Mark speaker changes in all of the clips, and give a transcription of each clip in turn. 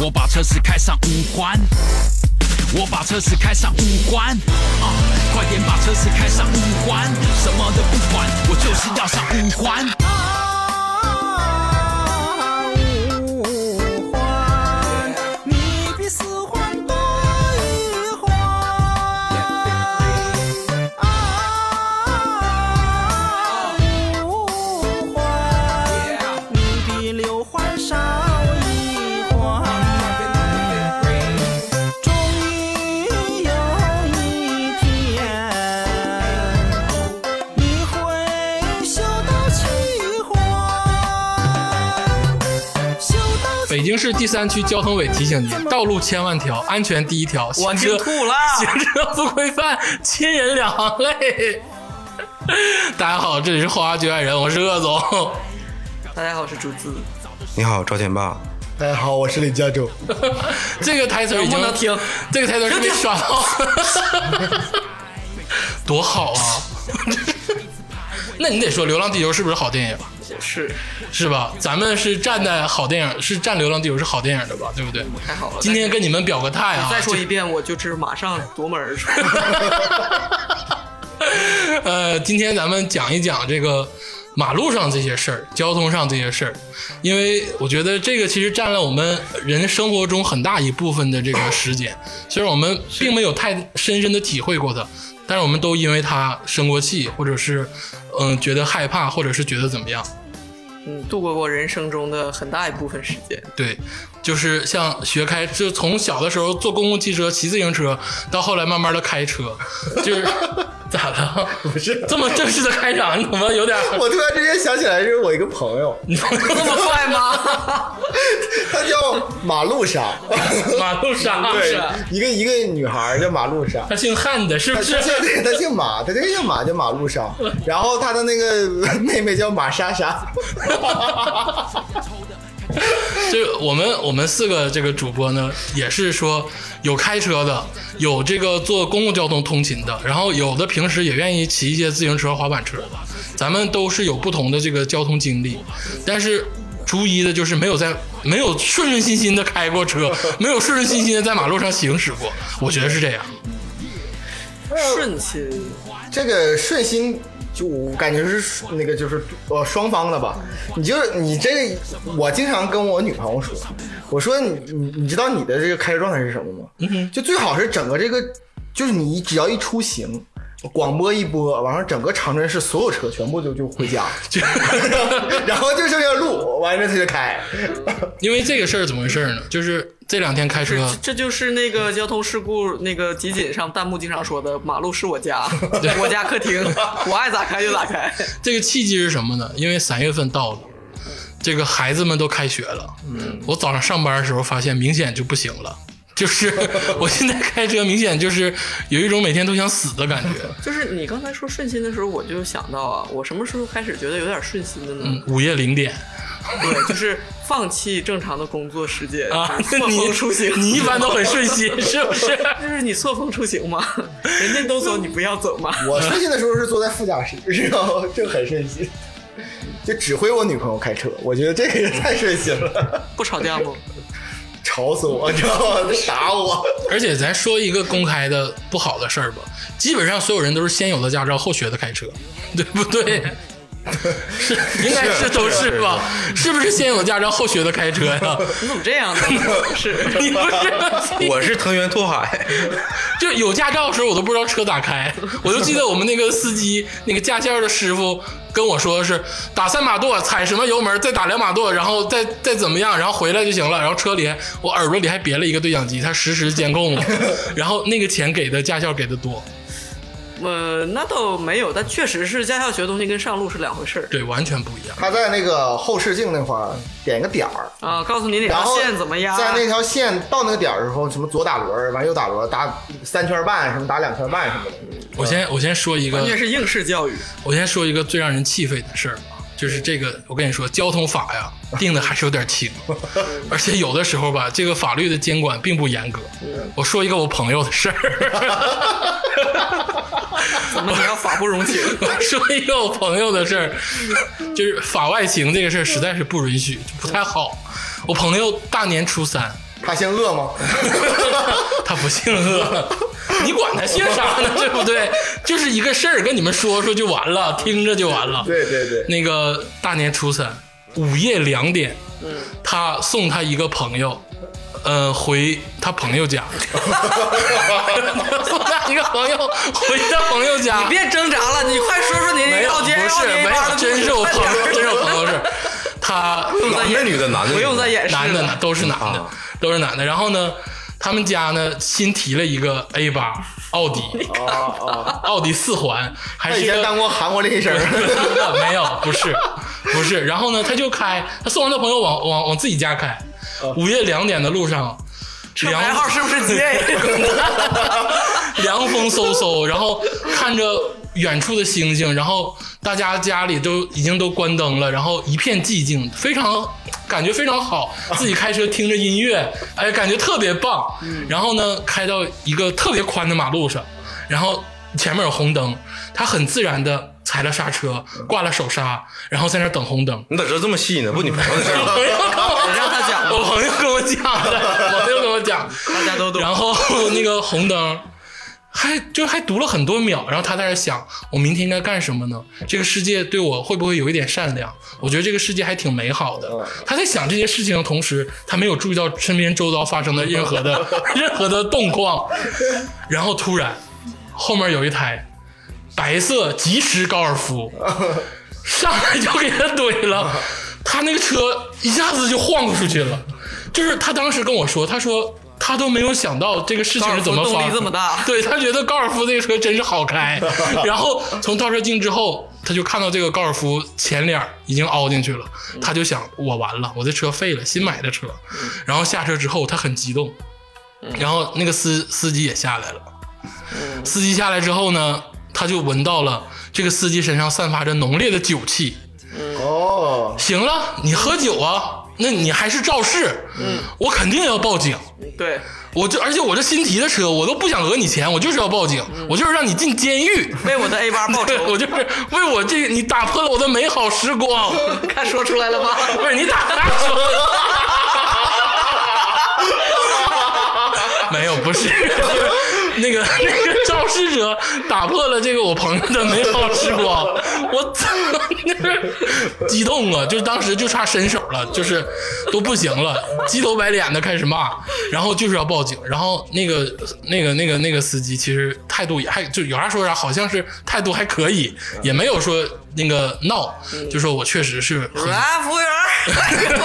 Speaker 1: 我把车子开上五环，我把车子开上五环，啊，快点把车子开上五环，什么都不管，我就是要上五环。
Speaker 2: 啊，五环，啊你比四环多一环。啊，五环，你比六环少一环。终于有一天。你会修到七环，修到
Speaker 3: 北京市第三区交通委提醒您：道路千万条，安全第一条。行
Speaker 4: 我
Speaker 3: 车
Speaker 4: 听吐了。
Speaker 3: 行车不规范，亲人两行泪。大家好，这里是花花局外人，我是鄂总。
Speaker 4: 大家好，我是竹子，
Speaker 5: 你好，赵天霸，
Speaker 6: 大家好，我是李佳洲。
Speaker 3: 这个台词儿已经
Speaker 4: 能不能听
Speaker 3: 这个台词儿是被刷到， 多好啊！ 那你得说《流浪地球》是不是好电影？
Speaker 4: 是
Speaker 3: 是吧？咱们是站在好电影，是站《流浪地球》是好电影的吧？对不对？
Speaker 4: 太好了。
Speaker 3: 今天跟你们表个态啊！
Speaker 4: 再说一遍，我就是马上夺门而出。
Speaker 3: 呃，今天咱们讲一讲这个马路上这些事儿，交通上这些事儿，因为我觉得这个其实占了我们人生活中很大一部分的这个时间，虽然我们并没有太深深的体会过它，但是我们都因为它生过气，或者是嗯觉得害怕，或者是觉得怎么样。
Speaker 4: 嗯，度过过人生中的很大一部分时间。
Speaker 3: 对，就是像学开，就从小的时候坐公共汽车、骑自行车，到后来慢慢的开车，就是 咋了？不
Speaker 6: 是
Speaker 3: 这么正式的开场，你怎么有点？
Speaker 6: 我突然之间想起来，是我一个朋 友，
Speaker 3: 你怎么这
Speaker 4: 这
Speaker 3: 么
Speaker 4: 么快吗？
Speaker 6: 她叫马路莎，
Speaker 3: 马路杀？
Speaker 6: 对
Speaker 4: 莎，
Speaker 6: 一个一个女孩儿叫马路 莎。
Speaker 3: 他姓汉的，是
Speaker 6: 她
Speaker 3: 不是
Speaker 6: 她？姓对，她姓马，她这个姓马叫马路 莎，然后她的那个妹妹叫马莎莎。
Speaker 3: 就是我们我们四个这个主播呢，也是说有开车的，有这个坐公共交通通勤的，然后有的平时也愿意骑一些自行车、滑板车的。咱们都是有不同的这个交通经历，但是逐一的就是没有在没有顺顺心心的开过车，没有顺顺心心的在马路上行驶过。我觉得是这样。
Speaker 4: 顺亲，
Speaker 6: 这个顺心，就我感觉是那个就是呃双方的吧。你就是你这个，我经常跟我女朋友说，我说你你你知道你的这个开车状态是什么吗？就最好是整个这个，就是你只要一出行。广播一播，完了整个长春市所有车全部就就回家，然后就剩下路，完了他就开。
Speaker 3: 因为这个事儿怎么回事呢？就是这两天开车，
Speaker 4: 这这就是那个交通事故那个集锦上弹幕经常说的“马路是我家， 我家客厅，我爱咋开就咋开
Speaker 3: 这个契机是什么呢？因为三月份到了，这个孩子们都开学了。嗯，我早上上班的时候发现明显就不行了，就是我现在开车明显就是有一种每天都想死的感觉。”。
Speaker 4: 就是你刚才说顺心的时候，我就想到啊，我什么时候开始觉得有点顺心的呢？
Speaker 3: 嗯，午夜零点
Speaker 4: 对，就是放弃正常的工作时间
Speaker 3: 啊，
Speaker 4: 错峰出行。
Speaker 3: 你一般都很顺 心，是不是？
Speaker 4: 就是你错峰出行嘛，人家都走，你不要走嘛。
Speaker 6: 我顺心的时候是坐在副驾驶，然后就很顺心，就指挥我女朋友开车。我觉得这个也太顺心了。
Speaker 4: 不吵架不？
Speaker 6: 吵死我， 你知道吗？打我。
Speaker 3: 而且咱说一个公开的不好的事儿吧，基本上所有人都是先有了驾照后学的开车，对不对？是，应该是都是吧？是不是先有驾照后学的开车呀？
Speaker 4: 你怎么这样呢？是，
Speaker 3: 你不是
Speaker 5: 我是藤原拓 海，
Speaker 3: 就有驾照的时候，我都不知道车咋开。我就记得我们那个司机，那个驾校的师傅跟我说的是打三把舵，踩什么油门，再打两把舵，然后再再怎么样，然后回来就行了。然后车里还我耳朵里还别了一个对讲机，他实时监控我。然后那个钱给的驾校给的多，
Speaker 4: 呃，那倒没有，但确实是驾校学东西跟上路是两回事儿
Speaker 3: 对，完全不一样。
Speaker 6: 他在那个后视镜那块儿点个点儿，
Speaker 4: 啊。告诉你哪
Speaker 6: 然
Speaker 4: 条
Speaker 6: 后
Speaker 4: 线怎么
Speaker 3: 啊
Speaker 4: 压，
Speaker 6: 在那条线到那个点儿的时候，什么左打轮儿，完右打轮儿，打三圈半，什么打两圈半什么的。
Speaker 3: 我先我先说一个
Speaker 4: 完，全是应试教育。
Speaker 3: 我先说一个最让人气愤的事儿啊，就是这个，我跟你说，交通法呀定的还是有点轻， 而且有的时候吧，这个法律的监管并不严格。我说一个我朋友的事儿，
Speaker 4: 怎么你要法不容情？
Speaker 3: 我说一个我朋友的事儿，就是法外情这个事儿实在是不允许，就不太好。我朋友大年初三
Speaker 6: 他姓乐 吗？
Speaker 3: 他不姓乐，你管他姓啥呢？对不对？就是一个事儿，跟你们说说就完了，听着就完了。
Speaker 6: 对对对，
Speaker 3: 那个大年初三午夜两点，
Speaker 6: 嗯
Speaker 3: 他送他一个朋友，呃，回他朋友家， 送他一个朋友回他朋友家，
Speaker 4: 你别挣扎了，你快说说你
Speaker 3: 啊没
Speaker 4: 那
Speaker 3: 有
Speaker 4: 绕
Speaker 3: 不
Speaker 4: 街绕
Speaker 3: 是
Speaker 4: 那一
Speaker 3: 没
Speaker 4: 趴
Speaker 3: 有，
Speaker 4: 的
Speaker 3: 真是我朋友，真是我朋友是，他
Speaker 5: 男的女的男的，
Speaker 4: 不用再掩饰
Speaker 3: 男的
Speaker 4: 了。
Speaker 3: 呢都是男的
Speaker 5: 啊，
Speaker 3: 都是男的。然后呢，他们家呢新提了一个 A 八奥迪，奥迪四环，还
Speaker 6: 他
Speaker 3: 是
Speaker 6: 以
Speaker 3: 一
Speaker 6: 前
Speaker 3: 个
Speaker 6: 当过韩国练习生。
Speaker 3: 没有，不是，不是。然后呢，他就开，他送完他朋友往往往自己家开，午夜两点的路上，
Speaker 4: 车牌
Speaker 3: 凉
Speaker 4: 号是不 是 J？
Speaker 3: 凉风嗖嗖，然后看着远处的星星，然后大家家里都已经都关灯了，然后一片寂静，非常感觉非常好。自己开车听着音乐，哎，感觉特别棒。然后呢，开到一个特别宽的马路上，然后前面有红灯，他很自然的踩了刹车，挂了手刹，然后在那儿等红灯。
Speaker 5: 你咋知道这么细呢？问你朋友的事
Speaker 3: 朋
Speaker 5: 儿。
Speaker 3: 友跟我
Speaker 4: 让他讲吧
Speaker 3: 我朋友跟我讲的，我朋友跟我讲，
Speaker 4: 大家都懂
Speaker 3: 然后那个红灯，还就还读了很多秒，然后他在那想，我明天应该干什么呢？这个世界对我会不会有一点善良？我觉得这个世界还挺美好的。他在想这些事情的同时，他没有注意到身边周遭发生的任何的 任何的动况，然后突然后面有一台白色疾驰高尔 夫。上来就给他怼了，他那个车一下子就晃出去了。就是他当时跟我说，他说他都没有想到这个事情是怎么
Speaker 4: 高尔夫
Speaker 3: 发
Speaker 4: 动力
Speaker 3: 生，
Speaker 4: 这么大
Speaker 3: 对他觉得高尔夫那个车真是好 开。然后从倒车镜之后，他就看到这个高尔夫前脸已经凹进去了，他就想我完了，我这车废了，新买的车。
Speaker 4: 嗯
Speaker 3: 然后下车之后，他很激动，然后那个司司机也下来了。司机下来之后呢，他就闻到了这个司机身上散发着浓烈的酒气。
Speaker 6: 哦，
Speaker 3: 行了，你喝酒啊，那你还是肇事，嗯，我肯定要报警。
Speaker 4: 对，
Speaker 3: 我这而且我这新提的车，我都不想讹你钱，我就是要报警，我就是让你进监狱。
Speaker 4: 为我的 A 八嗯报
Speaker 3: 对，
Speaker 4: 仇，
Speaker 3: 我就是为我这个你打破了我的美好时 光，
Speaker 4: 看说出来了 吧？
Speaker 3: 不是你打他说，没有不是。 那个那个肇事者打破了这个我朋友的美好时光，我操，那是激动啊！就是当时就差伸手了，就是都不行了，鸡头白脸的开始骂，然后就是要报警，然后那个那个那个那个司机其实态度也还就有啥说啥，好像是态度还可以，也没有说那个闹，就说我确实是喝
Speaker 4: 来，服务员，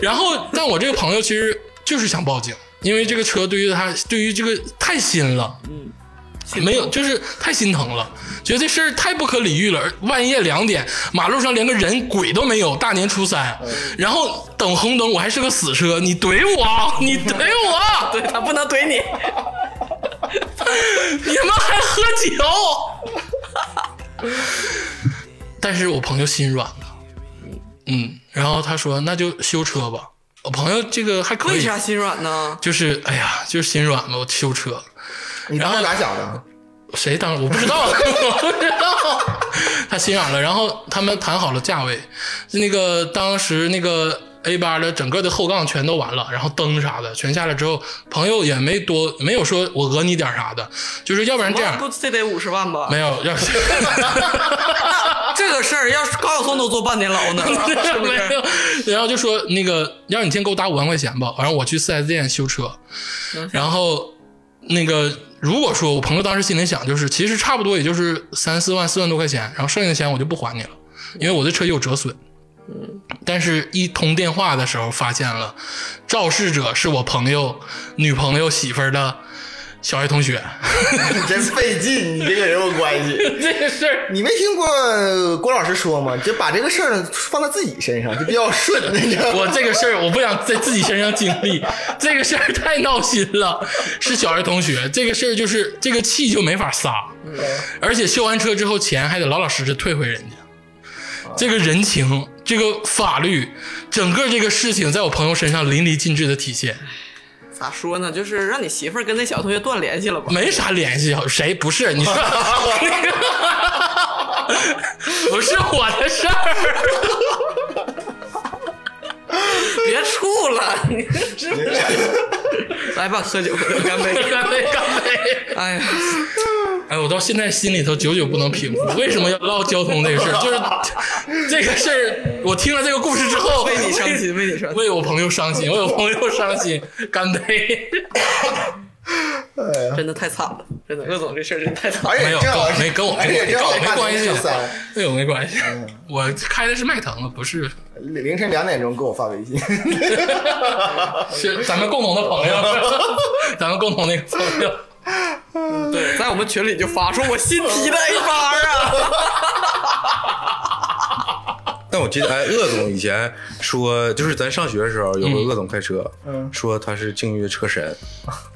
Speaker 3: 然后，但我这个朋友其实就是想报警，因为这个车对于他，对于这个太新了，嗯，没有，就是太心疼了，觉得这事儿太不可理喻了。而半夜两点，马路上连个人鬼都没有，大年初三，然后等红灯，我还是个死车，你怼我，你怼我，
Speaker 4: 对他不能怼你，
Speaker 3: 你们还喝酒？ 但是我朋友心软了，嗯，然后他说那就修车吧。我朋友这个还可
Speaker 4: 为
Speaker 3: 以，
Speaker 4: 啥心软呢？
Speaker 3: 就是哎呀，就是心软吧，我修车。
Speaker 6: 你当时咋想的？
Speaker 3: 谁当我不知道， 我不知道，他心软了。然后他们谈好了价位，那个当时那个 A 八的整个的后杠全都完了，然后灯啥的全下来之后，朋友也没多没有说我讹你点啥的，就是要不然这样
Speaker 4: 不，这得五十万吧？啊
Speaker 3: 没有 要是。
Speaker 4: 这个事儿要是高晓松都坐半年牢呢， 是 不
Speaker 3: 没
Speaker 4: 是？
Speaker 3: 有，然后就说那个让你先给我打五万块钱吧，然后我去四 S 店修车，然后那个如果说我朋友当时心里想就是，其实差不多也就是三四万四万多块钱，然后剩下的钱我就不还你了，因为我的车有折损。但是，一通电话的时候发现了，肇事者是我朋友女朋友媳妇儿的小学同学。
Speaker 6: 你真费劲，你这个人有关系。
Speaker 3: 这个事儿
Speaker 6: 你没听过呃郭老师说吗？就把这个事儿放到自己身上就比较顺，你知道吗？
Speaker 3: 我这个事儿我不想在自己身上经历，这个事儿太闹心了。是小学同学，这个事儿就是这个气就没法撒，而且修完车之后钱还得老老实实退回人家。这个人情，这个法律，整个这个事情在我朋友身上淋漓尽致的体现，
Speaker 4: 咋说呢？就是让你媳妇儿跟那小同学断联系了吧？
Speaker 3: 没啥联系。啊谁不是你说那个？不是我的事儿，
Speaker 4: 别处了，你是不是？ 来吧，喝酒，喝酒，干杯！
Speaker 3: 干杯，干杯！
Speaker 4: 哎呀，
Speaker 3: 哎，我到现在心里头久久不能平复，为什么要唠交通这个事儿？就是这个事儿，我听了这个故事之后，
Speaker 4: 为你伤心，为你伤心。
Speaker 3: 为我朋友伤心，为我朋友伤心，干杯！
Speaker 4: 真的太惨了，真的，鄂总这事儿真太惨了。
Speaker 6: 而且
Speaker 3: 没有
Speaker 6: 哎正好是
Speaker 3: 没跟我没
Speaker 6: 而且
Speaker 3: 跟
Speaker 6: 正
Speaker 3: 我
Speaker 6: 好
Speaker 3: 没
Speaker 6: 看
Speaker 3: 关系
Speaker 6: 零九三嗯
Speaker 3: 对我没关系，我开的是迈腾啊，不是
Speaker 6: 凌晨两点钟给我发微信，
Speaker 3: 是咱们共同的朋友，咱们共同那个朋友。
Speaker 4: 对，在我们群里就发说，我新提 的 A 八啊，
Speaker 5: 但我记得，哎，鄂总以前说，就是咱上学的时候，有个鄂总开车，说他是静玉的车神，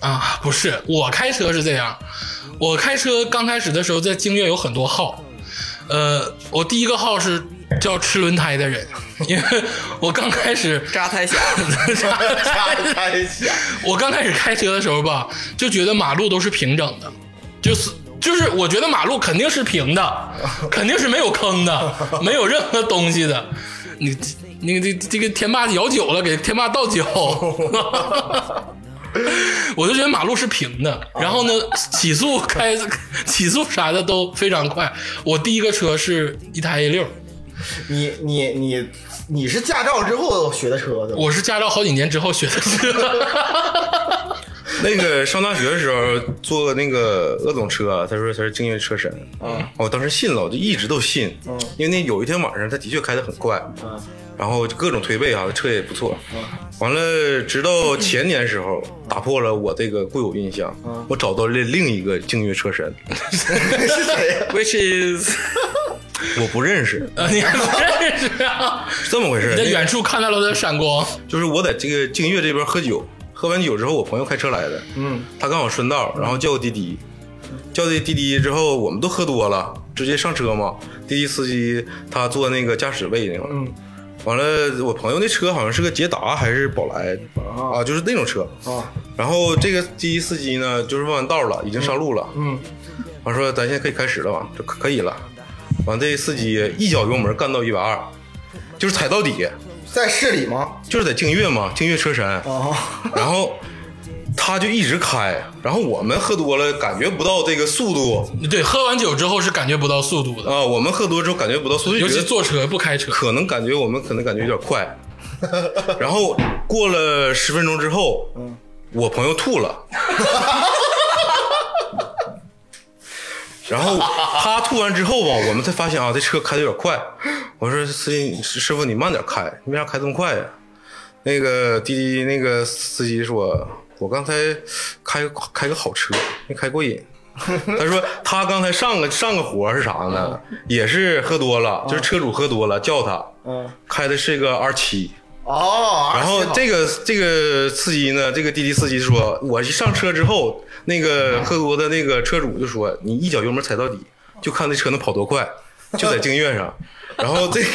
Speaker 3: 啊，不是，我开车是这样，我开车刚开始的时候在京悦有很多号，呃，我第一个号是叫吃轮胎的人，因为我刚开始。
Speaker 4: 扎胎侠，
Speaker 6: 开下。
Speaker 3: 我刚开始开车的时候吧，就觉得马路都是平整的，就是就是我觉得马路肯定是平的，肯定是没有坑的，没有任何东西的。你你这这个天霸摇酒了，给天霸倒酒。 我就觉得马路是平的，然后呢，起速开起速啥的都非常快。我第一个车是一台 A 六，
Speaker 6: 你你你你是驾照之后学的车对吧？
Speaker 3: 我是驾照好几年之后学的车。
Speaker 5: 那个上大学的时候坐那个鄂总车，啊他说他是静悦车神，啊，我当时信了，我就一直都信，因为那有一天晚上他的确开得很快，然后就各种推背啊，车也不错，完了直到前年时候打破了我这个固有印象，我找到了另一个静悦车神，
Speaker 6: 是谁呀？
Speaker 4: ，which is
Speaker 5: 我不认识，
Speaker 3: 啊你还不认识啊？
Speaker 5: 是这么回事
Speaker 3: 你在
Speaker 5: 那个
Speaker 3: 远处看到了它闪光。
Speaker 5: 就是我在这个静悦这边喝酒，喝完酒之后，我朋友开车来的，嗯，他刚好顺道，然后叫个滴滴，叫的滴滴之后，我们都喝多了，直接上车嘛。滴滴司机他坐那个驾驶位那块儿，嗯，完了，我朋友那车好像是个捷达还是宝来啊，就是那种车
Speaker 6: 啊。
Speaker 5: 然后这个滴滴司机呢，就是问完道了，已经上路了，嗯，完说咱现在可以开始了吧，就可可以了。完，这司机一脚油门干到一百二，就是踩到底，
Speaker 6: 在市里吗？
Speaker 5: 就是在静悦嘛，静悦车神。
Speaker 3: 哦
Speaker 6: 啊，
Speaker 5: 然后他就一直开，然后我们喝多了感觉不到这个速度
Speaker 3: 对，喝完酒之后是感觉不到速度的，
Speaker 5: 啊，我们喝多之后感觉不到速度，
Speaker 3: 尤其
Speaker 5: 就觉得
Speaker 3: 坐车不开 车。
Speaker 5: 可能感觉我们可能感觉有点快。然后过了十分钟之后，我朋友吐了。然后他吐完之后吧，我们才发现啊，这车开的有点快。我说司机师傅，你慢点开，你为啥开这么快呀、那个滴滴那个司机说，我刚才开开个好车，没开过瘾。 他说他刚才上个上个活是啥呢？也是喝多了，就是车主喝多了叫他，
Speaker 6: 嗯，
Speaker 5: 开的是个 R 七。
Speaker 6: 哦，
Speaker 5: 然后
Speaker 6: 27号
Speaker 5: 这个这个司机呢，这个滴滴司机说，我一上车之后，那个喝多的那个车主就说，你一脚油门踩到底，就看那车能跑多快，就在静悦上。 然后这个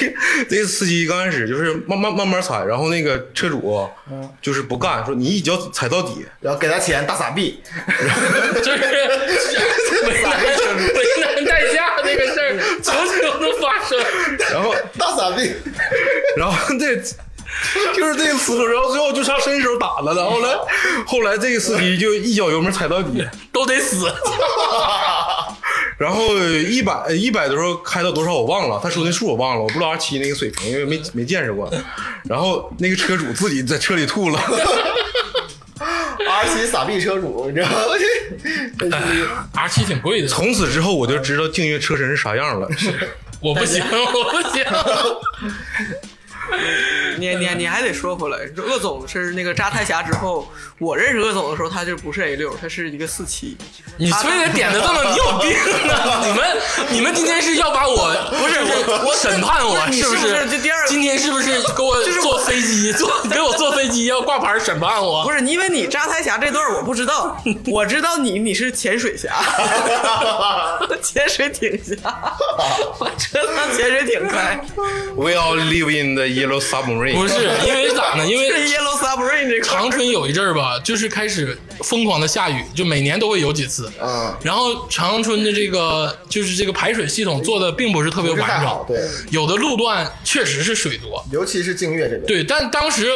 Speaker 5: 这个司机刚开始就是慢慢慢慢踩，然后那个车主就是不干，说你一脚踩到底，
Speaker 6: 然后给他钱大傻逼，
Speaker 3: 就是为难为难代驾这个事儿， 久久的发生。
Speaker 5: 然后
Speaker 6: 大傻逼，
Speaker 5: 然后这就是这个思路，然后最后就差伸手打他了。后来后来这个司机就一脚油门踩到底，
Speaker 3: 都得死，
Speaker 5: 然后一百一百的时候开到多少我忘了，他说那数我忘了，我不知道 R 七那个水平，因为没没见识过。然后那个车主自己在车里吐了，
Speaker 6: 而且傻逼车主，你知道吗？ 真是
Speaker 3: ，R 七挺贵的，
Speaker 5: 从此之后我就知道静悦车神是啥样了。
Speaker 3: 我不行，我不行。
Speaker 4: 你你你还得说回来，鄂总是那个扎胎侠之后，我认识鄂总的时候，他就不是 A 六，他是一个四七，
Speaker 3: 你非得点的这么，你有病啊！ 你们你们今天是要把我不是我审判我
Speaker 4: 不 是你
Speaker 3: 不
Speaker 4: 是不是这第二个
Speaker 3: 今天是不是给我
Speaker 4: 是我
Speaker 3: 坐飞 机坐给我坐飞机要挂牌审判
Speaker 4: 不
Speaker 3: 我？
Speaker 4: 是因为你扎胎侠这段我不知道， 我知道你你是潜水 侠，潜水艇侠，我知道潜水艇开。
Speaker 5: We all live in the Yellow Submarine，
Speaker 3: 不是因为咋呢？因为
Speaker 4: 这 Yellow Submarine 这块儿
Speaker 3: 长春有一阵儿吧，就是开始疯狂的下雨，就每年都会有几次。
Speaker 6: 啊，
Speaker 3: 然后长春的这个就是这个排水系统做的并不是特别
Speaker 6: 不是太
Speaker 3: 完
Speaker 6: 好
Speaker 3: 整，
Speaker 6: 对
Speaker 3: 有的路段确实是水多，
Speaker 6: 尤其是净月这个，
Speaker 3: 对，但当时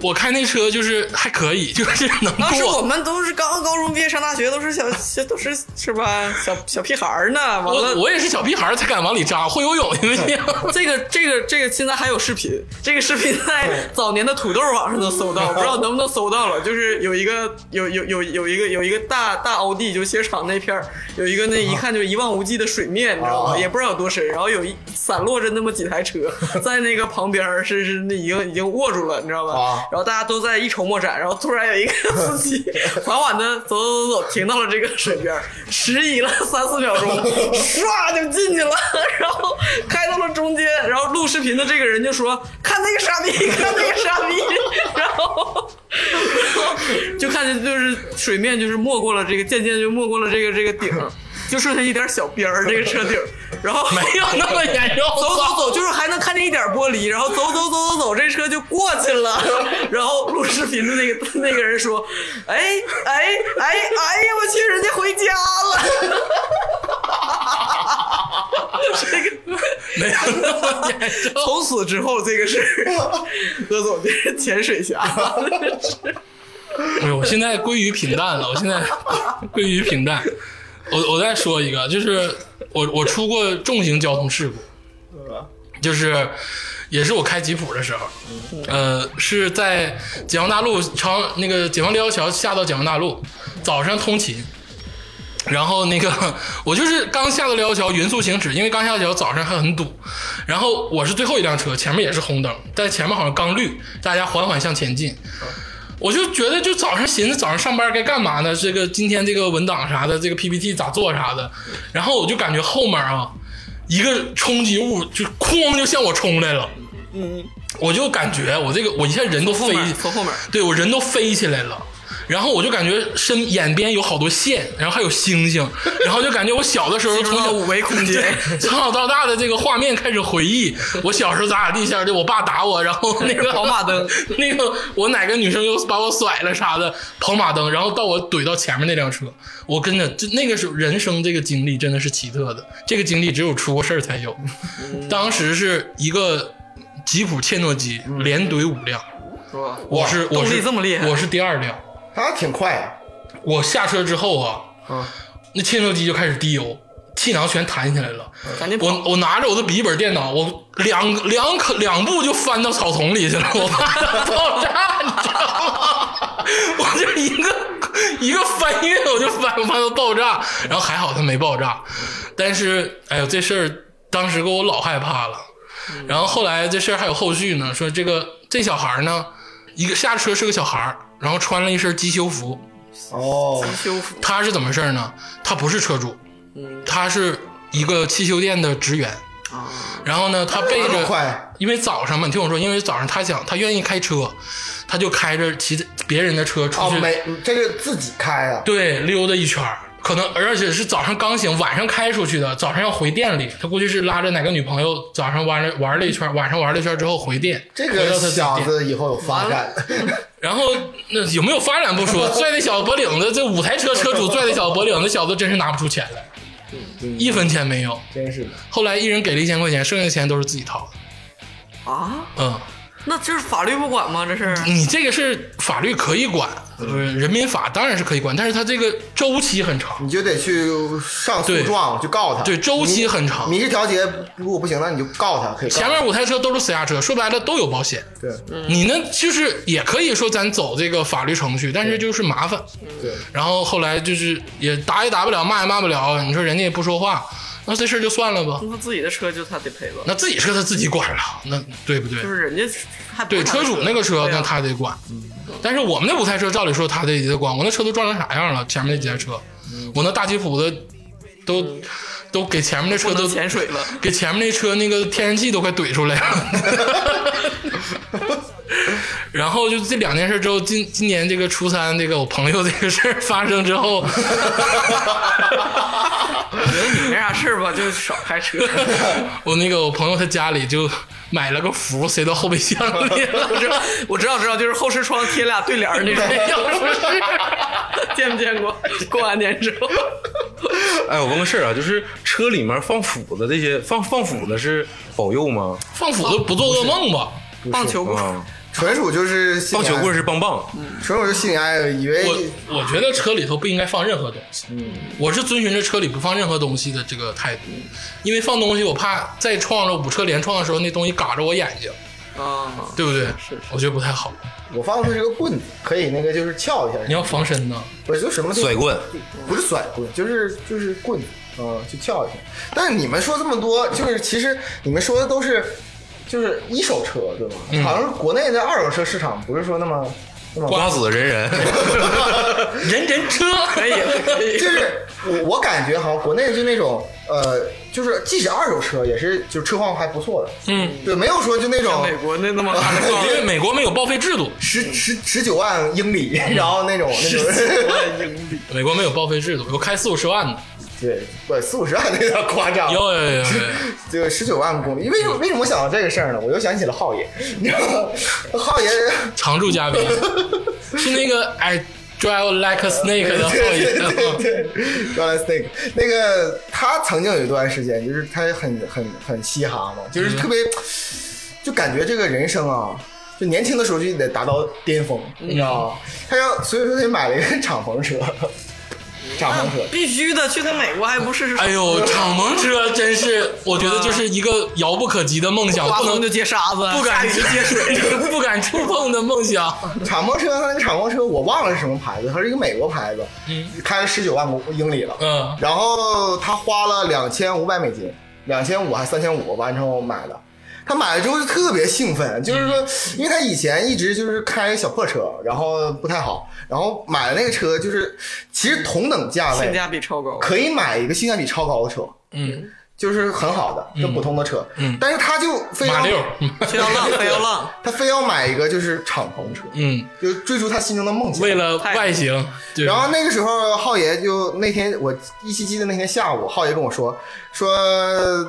Speaker 3: 我开那车就是还可以，就是能
Speaker 4: 当时我
Speaker 3: 过。
Speaker 4: 们都是刚高中毕业上大学，都是小小都是是吧？小小屁孩儿呢，完了
Speaker 3: 我我也是小屁孩儿才敢往里扎，会游泳，因为这样
Speaker 4: 这个这个这个现在还有视频，这个视频在 早年的土豆网上能搜到，不知道能不能搜到了。就是有一个有有有有一个有一个大大凹地，就鞋厂那片儿有一个那一看就一望无际的水面，你知道吗？也不知道有多深，然后有一散落着那么几台车在那个旁边儿是是那已经已经握住了，你知道吧？
Speaker 6: 啊
Speaker 4: 然后大家都在一筹莫展，然后突然有一个司机缓缓的走走走走，停到了这个水边儿，迟疑了三四秒钟，唰就进去了，然后开到了中间，然后录视频的这个人就说：“看那个傻逼，看那个傻逼。” 然后，然后就看见就是水面就是没过了这个，渐渐就没过了这个这个顶儿。就剩下一点小边儿，这个车顶儿，然后没有
Speaker 3: 那么严重。
Speaker 4: 走走走，就是还能看见一点玻璃，然后走走走走走，这车就过去 了。然后录视频的那个那个人说：“哎哎哎哎呀，我去，人家回家了。
Speaker 3: 没有那么严”重。
Speaker 4: 从此之后，这个 是何总就是潜水侠，
Speaker 3: 不哎是，我现在归于平淡了，我现在归于平淡。我我再说一个，就是我我出过重型交通事故，就是也是我开吉普的时候，呃，是在解放大路长那个解放立交桥下到解放大路，早上通勤。然后那个，我就是刚下到立交桥，匀速行驶，因为刚下到桥早上还很堵。然后我是最后一辆车，前面也是红灯，但前面好像刚绿，大家缓缓向前进。我就觉得，就早上寻思早上上班该干嘛呢？这个今天这个文档啥的，这个 PPT 咋做啥的，然后我就感觉后面啊，一个冲击物就哐就向我冲来了，嗯，我就感觉我这个我一下人都
Speaker 4: 后
Speaker 3: 飞
Speaker 4: 面从后面
Speaker 3: 对我人都飞起来了。然后我就感觉身眼边有好多线，然后还有星星，然后就感觉我小的时候
Speaker 4: 进入
Speaker 3: 从
Speaker 4: 到
Speaker 3: 小
Speaker 4: 五 维空间
Speaker 3: 对从小到大的这个画面开始回忆，我小时候咋咋地下，就我爸打我，然后那个
Speaker 4: 跑马灯，
Speaker 3: 那个我哪个女生又把我甩了啥的，跑马灯，然后到我怼到前面那辆车，我跟着，就那个时候人生这个经历真的是奇特的，这个经历只有出过事儿才有。
Speaker 4: 嗯
Speaker 3: 当时是一个吉普切诺基连怼五辆，
Speaker 4: 是吧？
Speaker 3: 我是我
Speaker 4: 嗯动
Speaker 3: 是
Speaker 4: 力这么厉害
Speaker 3: 我是第二辆。
Speaker 6: 他挺快啊，
Speaker 3: 我下车之后啊，那切诺基就开始滴油，气囊全弹起来了。
Speaker 4: 赶紧
Speaker 3: 我
Speaker 4: 跑！
Speaker 3: 我拿着我的笔记本电脑，我两两可两步就翻到草丛里去了，我怕它爆炸，你知道吗？ 我就一个一个翻越，我就翻我怕它爆炸，然后还好它没爆炸，但是哎呦这事儿当时给我老害怕了。然后后来这事儿还有后续呢，说这个这小孩儿呢，一个下车是个小孩儿，然后穿了一身机修服，
Speaker 6: 哦，
Speaker 4: 修复
Speaker 3: 他是怎么事儿呢？他不是车主，
Speaker 4: 嗯
Speaker 3: 他是一个汽修店的职员。
Speaker 4: 啊，
Speaker 3: 然后呢，他背
Speaker 6: 这么
Speaker 3: 着，
Speaker 6: 快，
Speaker 3: 因为早上嘛，你听我说，因为早上他想，他愿意开车，他就开着骑着别人的车出
Speaker 6: 哦，
Speaker 3: 去，
Speaker 6: 没，这是自己开啊，
Speaker 3: 对，溜达一圈儿可能而且是早上刚醒，晚上开出去的，早上要回店里，他估计是拉着哪个女朋友，早上玩了玩了一圈儿，晚上玩了一圈儿之后回店，
Speaker 6: 这
Speaker 3: 回到
Speaker 6: 个
Speaker 3: 他自己
Speaker 6: 小
Speaker 3: 店
Speaker 6: 子以后有发展，
Speaker 3: 然后那有没有发展不说，拽那小脖领子，这五台车车 主拽那小脖领子，小子真是拿不出钱来，一分钱没有。
Speaker 6: 真是的，
Speaker 3: 后来一人给了一千块钱，剩下的钱都是自己掏的。
Speaker 4: 啊，
Speaker 3: 嗯，
Speaker 4: 那就是法律不管吗？这是
Speaker 3: 你这个是法律可以管，呃，
Speaker 6: 嗯
Speaker 3: 人民法当然是可以管，但是它这个周期很长，
Speaker 6: 你就得去上诉状去告他，
Speaker 3: 对，周期很长。
Speaker 6: 民事调解如果不行，那你就告他，可以告
Speaker 3: 前面五台车都是私家车，说白了都有保险。
Speaker 6: 对
Speaker 3: 你呢，就是也可以说咱走这个法律程序，但是就是麻烦。
Speaker 6: 对，
Speaker 3: 然后后来就是也打也打不了，骂也骂不了，你说人家也不说话，那这事儿就算了吧。
Speaker 4: 他自己的车就他得赔了，
Speaker 3: 那自己车他自己管了，那对不对？
Speaker 4: 就是人家还不
Speaker 3: 对
Speaker 4: 是他
Speaker 3: 车
Speaker 4: 的
Speaker 3: 主那个车，
Speaker 4: 对啊
Speaker 3: 那他得管。但是我们那五台车，照理说他得得管。我那车都撞成啥样了？前面那几台车，我那大吉普的都都给前面那
Speaker 4: 不
Speaker 3: 车都
Speaker 4: 能潜水了。
Speaker 3: 给前面那车那个天然气都快怼出来了。然后就这两件事之后，今今年这个初三，这个我朋友这个事儿发生之后，
Speaker 4: 觉得你没啥事儿吧，就少开车。
Speaker 3: 我那个我朋友他家里就买了个符塞到后备箱里 了。
Speaker 4: 我知道，我知道，知道，就是后视窗贴俩对联儿那种钥匙匙，见没见过？过完年之后，
Speaker 5: 哎，我问个事儿啊，就是车里面放斧子这些，放放斧子是保佑吗？
Speaker 3: 放斧子不做噩梦吧？
Speaker 4: 棒球棍，
Speaker 5: 啊，
Speaker 6: 纯属就是心
Speaker 5: 棒
Speaker 6: 里
Speaker 5: 球棍
Speaker 6: 爱，
Speaker 5: 是棒棒，
Speaker 6: 纯属是心里爱，以为
Speaker 3: 我我觉得车里头不应该放任何东西。
Speaker 6: 嗯
Speaker 3: 我是遵循着车里不放任何东西的这个态度，因为放东西我怕再撞着五车连撞的时候，那东西嘎着我眼睛，
Speaker 4: 啊，
Speaker 3: 对不对？我觉得不太好。
Speaker 6: 我放的是个棍子，可以那个就是撬一下
Speaker 3: 你，要防身呢。
Speaker 6: 我就什么都
Speaker 5: 甩棍，
Speaker 6: 不是甩棍，就是就是棍子，嗯，就撬一下。但是你们说这么多，就是其实你们说的都是就是一手车，对吗？
Speaker 3: 嗯
Speaker 6: 好像国内的二手车市场不是说那么 那么
Speaker 5: 瓜子人人，
Speaker 3: 人人车可以可 以，
Speaker 6: 就是我我感觉好像国内就那种呃，就是即使二手车也是就是车况还不错的，嗯，对，没有说就那种
Speaker 4: 美国那那么大的
Speaker 3: 因为美国没有报废制度，
Speaker 6: 十十十九万英里，然后那种那种
Speaker 3: 美国没有报废制度，有开四五十万的，
Speaker 6: 对，不四五十万那有点夸张，
Speaker 3: 有有有有有。
Speaker 6: 这个十九万公里，为什么为什么我想到这个事儿呢？我又想起了浩爷，你知道吗？浩爷，
Speaker 3: 常驻 嘉宾是那个 I drive like a snake 的
Speaker 6: 对对
Speaker 3: 后裔。
Speaker 6: 对，原来 Snake 那个他曾经有一段时间，就是他很很很嘻哈嘛，就是特别，就感觉这个人生啊。就年轻的时候就得达到巅峰，你知道吗？他要所以说他就买了一个 敞篷车，敞篷车，
Speaker 4: 必须的，去趟美国还不试试？
Speaker 3: 哎呦，敞篷车真是，我觉得就是一个遥不可及的梦想，
Speaker 4: 刮
Speaker 3: 不
Speaker 4: 风
Speaker 3: 能
Speaker 4: 就接沙子，
Speaker 3: 不敢去接水，不敢触碰的梦想。
Speaker 6: 敞篷车，它那个敞篷车我忘了是什么牌子，它是一个美国牌子，开了十九万公英里了，
Speaker 3: 嗯
Speaker 6: 然后他花了两千五百美金，两千五还三千五完之后买的。他买了之后就特别兴奋，就是说，因为他以前一直就是开小破车，然后不太好，然后买了那个车，就是其实同等价位
Speaker 4: 性价比超高。
Speaker 6: 可以买一个性价比超高的车，
Speaker 3: 嗯，
Speaker 6: 就是很好的，跟普通的车，嗯，但是他就非要
Speaker 3: 马六，
Speaker 4: 非要浪，非要浪，
Speaker 6: 他非要买一个就是敞篷车，
Speaker 3: 嗯，
Speaker 6: 就追逐他心中的梦想。
Speaker 3: 为了外形，对
Speaker 6: 然后那个时候，浩爷就那天我依稀记得那天下午，浩爷跟我说说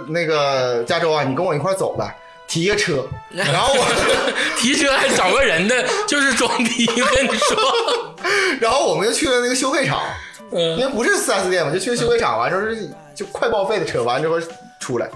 Speaker 6: 那个加州啊，你跟我一块儿走吧，提个车。然后我，
Speaker 3: 提车还找个人的，就是装逼。跟你 说，
Speaker 6: 然后我们就去了那个修配厂，因
Speaker 3: 嗯
Speaker 6: 为不是四 S 店嘛，就去修配厂，完之后啊是就快报废的车，完之后出来。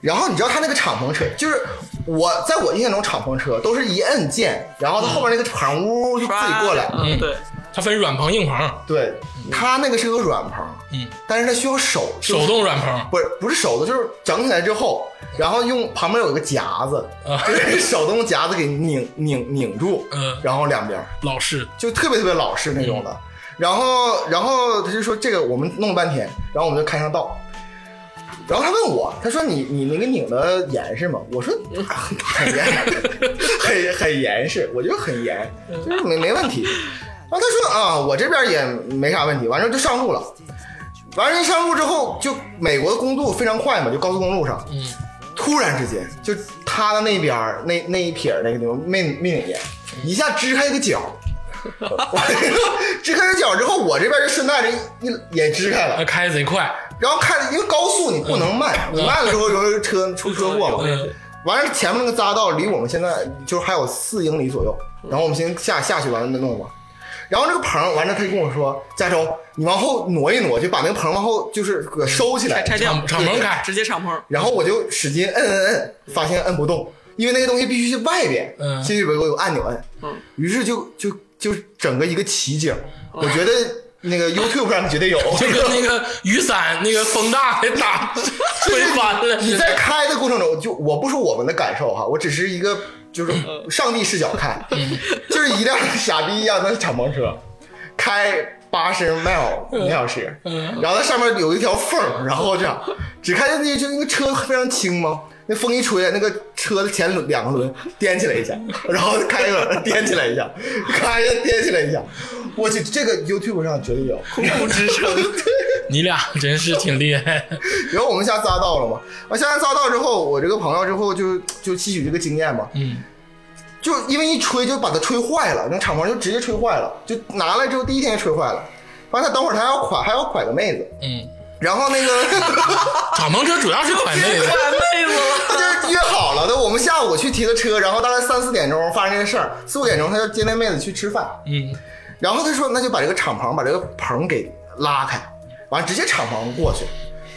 Speaker 6: 然后你知道他那个敞篷车，就是我在我印象中敞篷车都是一摁键，然后它后面那个棚屋就自己过来。
Speaker 4: 嗯，对，
Speaker 3: 它分软棚硬棚，
Speaker 6: 对，它那个是个软棚，
Speaker 3: 嗯，
Speaker 6: 但是它需要手
Speaker 3: 手动软棚，
Speaker 6: 不是不是手的，就是整起来之后，然后用旁边有一个夹子，就是手动夹子给拧拧拧住，
Speaker 3: 嗯
Speaker 6: 然后两边儿
Speaker 3: 老式。
Speaker 6: 就特别特别老式那种的。然后然后他就说这个我们弄了半天，然后我们就看上道。然后他问我，他说你你那个拧的严实吗？我说啊很严，很很严实，我就很严，就是没没问题。然后他说啊，我这边也没啥问题，完之后就上路了。完了，一上路之后，就美国的公路非常快嘛，就高速公路上，嗯，突然之间，就他的那边儿那那一撇儿那个地方没没拧严，一下支开一个角， 我 支开一个角之后，我这边就顺带着一一也支开
Speaker 3: 啊，
Speaker 6: 了，
Speaker 3: 开贼快，
Speaker 6: 然后看，因为高速你不能慢，你慢了之后容易车出车祸嘛。
Speaker 3: 嗯
Speaker 6: 完了，前面那个匝道离我们现在就是还有四英里左右，然后我们先下下去，完了再弄吧。然后这个棚，完了他就跟我说：“加州，你往后挪一挪，就把那个棚往后就是给收起来
Speaker 4: 拆。拆掉
Speaker 3: 敞敞篷开，
Speaker 4: 直接敞篷”，
Speaker 6: 然后我就使劲摁摁摁，发现摁不动，因为那个东西必须是外边，
Speaker 3: 嗯
Speaker 6: 这里边有按钮摁。
Speaker 4: 嗯
Speaker 6: 于是就就就整个一个奇景，我觉得那个 YouTube 上绝对有。
Speaker 3: 就跟那个雨伞那个风大给 打吹翻了
Speaker 6: 你
Speaker 3: 似
Speaker 6: 在
Speaker 3: 的。
Speaker 6: 开的过程中，就我不说我们的感受哈，我只是一个就是上帝视角看，就是一辆傻逼一样的敞篷车，开八十 mile 每小时，然后它上面有一条缝儿，然后这样，只看见那就那个车非常轻嘛，那风一吹，那个车的前轮两个轮颠起来一下，然后开一轮颠起来一下，开一颠起来一下，我去，这个 YouTube 上绝对有。
Speaker 4: 不支撑，
Speaker 3: 你俩真是挺厉害，
Speaker 6: 然后我们下匝道了嘛，完下完匝道之后，我这个朋友之后就就吸取这个经验嘛，
Speaker 3: 嗯，
Speaker 6: 就因为一吹就把它吹坏了，那敞篷就直接吹坏了，就拿来之后第一天就吹坏了，完了他等会儿他还要款还要款个妹子，
Speaker 3: 嗯，
Speaker 6: 然后那个
Speaker 3: 敞篷车主要是款妹子，
Speaker 4: 太妹子了，
Speaker 6: 他就是约好了的，我们下午去提的车，然后大概三四点钟发生这个事儿，四五点钟他要接那妹子去吃饭，
Speaker 3: 嗯，
Speaker 6: 然后他说那就把这个敞篷把这个棚给拉开，完了直接敞篷过去。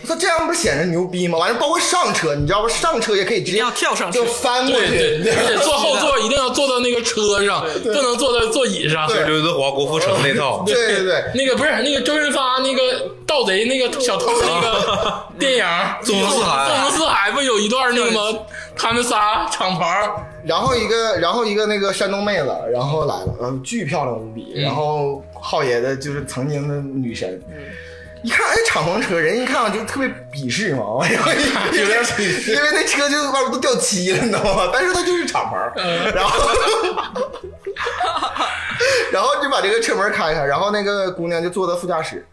Speaker 6: 我说这样不是显着牛逼吗？完了，包括上车，你知道吧？上车也可以直接
Speaker 4: 要跳上去
Speaker 6: 就翻过
Speaker 3: 对
Speaker 6: 去。
Speaker 3: 对，而且坐后座一定要坐到那个车上，不能坐在座椅上。
Speaker 6: 对
Speaker 5: 刘德华、郭富城那套，
Speaker 6: 对对对，
Speaker 3: 那个不是那个周润发那个盗贼那个小偷那个 电影《
Speaker 5: 纵横四 海
Speaker 3: 纵横四海不有一段那个吗？他们仨敞篷，
Speaker 6: 然后一个，然后一个那个山东妹子，然后来了，嗯，巨漂亮无比。然后浩爷的就是曾经的女神，一看哎，敞篷车，人一看就特别鄙视嘛， 然后因为因为那车就外边都掉漆了，你知道吗？但是它就是敞篷，然后 然后就把这个车门开开，然后那个姑娘就坐到副驾驶，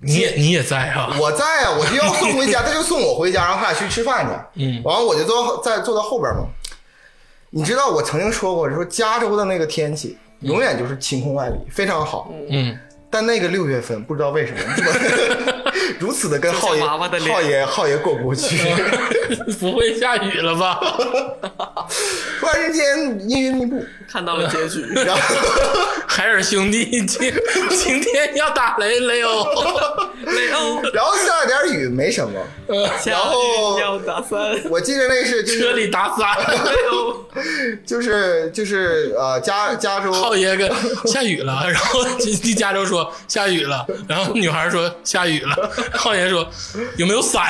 Speaker 3: 你也你也在哈、
Speaker 6: 我在啊，我就要送回家，他就送我回家，然后他俩去吃饭去。
Speaker 3: 嗯
Speaker 6: 完了我就坐在坐到后边嘛。你知道我曾经说过，说加州的那个天气永远就是晴空万里，非常好。
Speaker 3: 嗯，
Speaker 6: 但那个六月份不知道为什么 如此的跟浩
Speaker 4: 就
Speaker 6: 爷、
Speaker 4: 像娃娃的脸
Speaker 6: 浩爷、浩爷过不去。
Speaker 3: 不会下雨了吧？
Speaker 6: 突然之间阴云密布，
Speaker 4: 看到了结 局。
Speaker 6: 然后
Speaker 3: 海尔兄弟今今天要打雷了哟！
Speaker 4: 雷欧，
Speaker 6: 然后下了点雨，没什么。
Speaker 4: 然
Speaker 6: 后
Speaker 4: 要打三，
Speaker 6: 我记得那是就
Speaker 3: 车
Speaker 6: 是
Speaker 3: 里打伞，
Speaker 4: 雷欧，
Speaker 6: 就是就是呃加加州
Speaker 3: 浩爷跟下雨了，然后一加州说下雨了，然后女孩说下雨了，浩爷说有没有伞？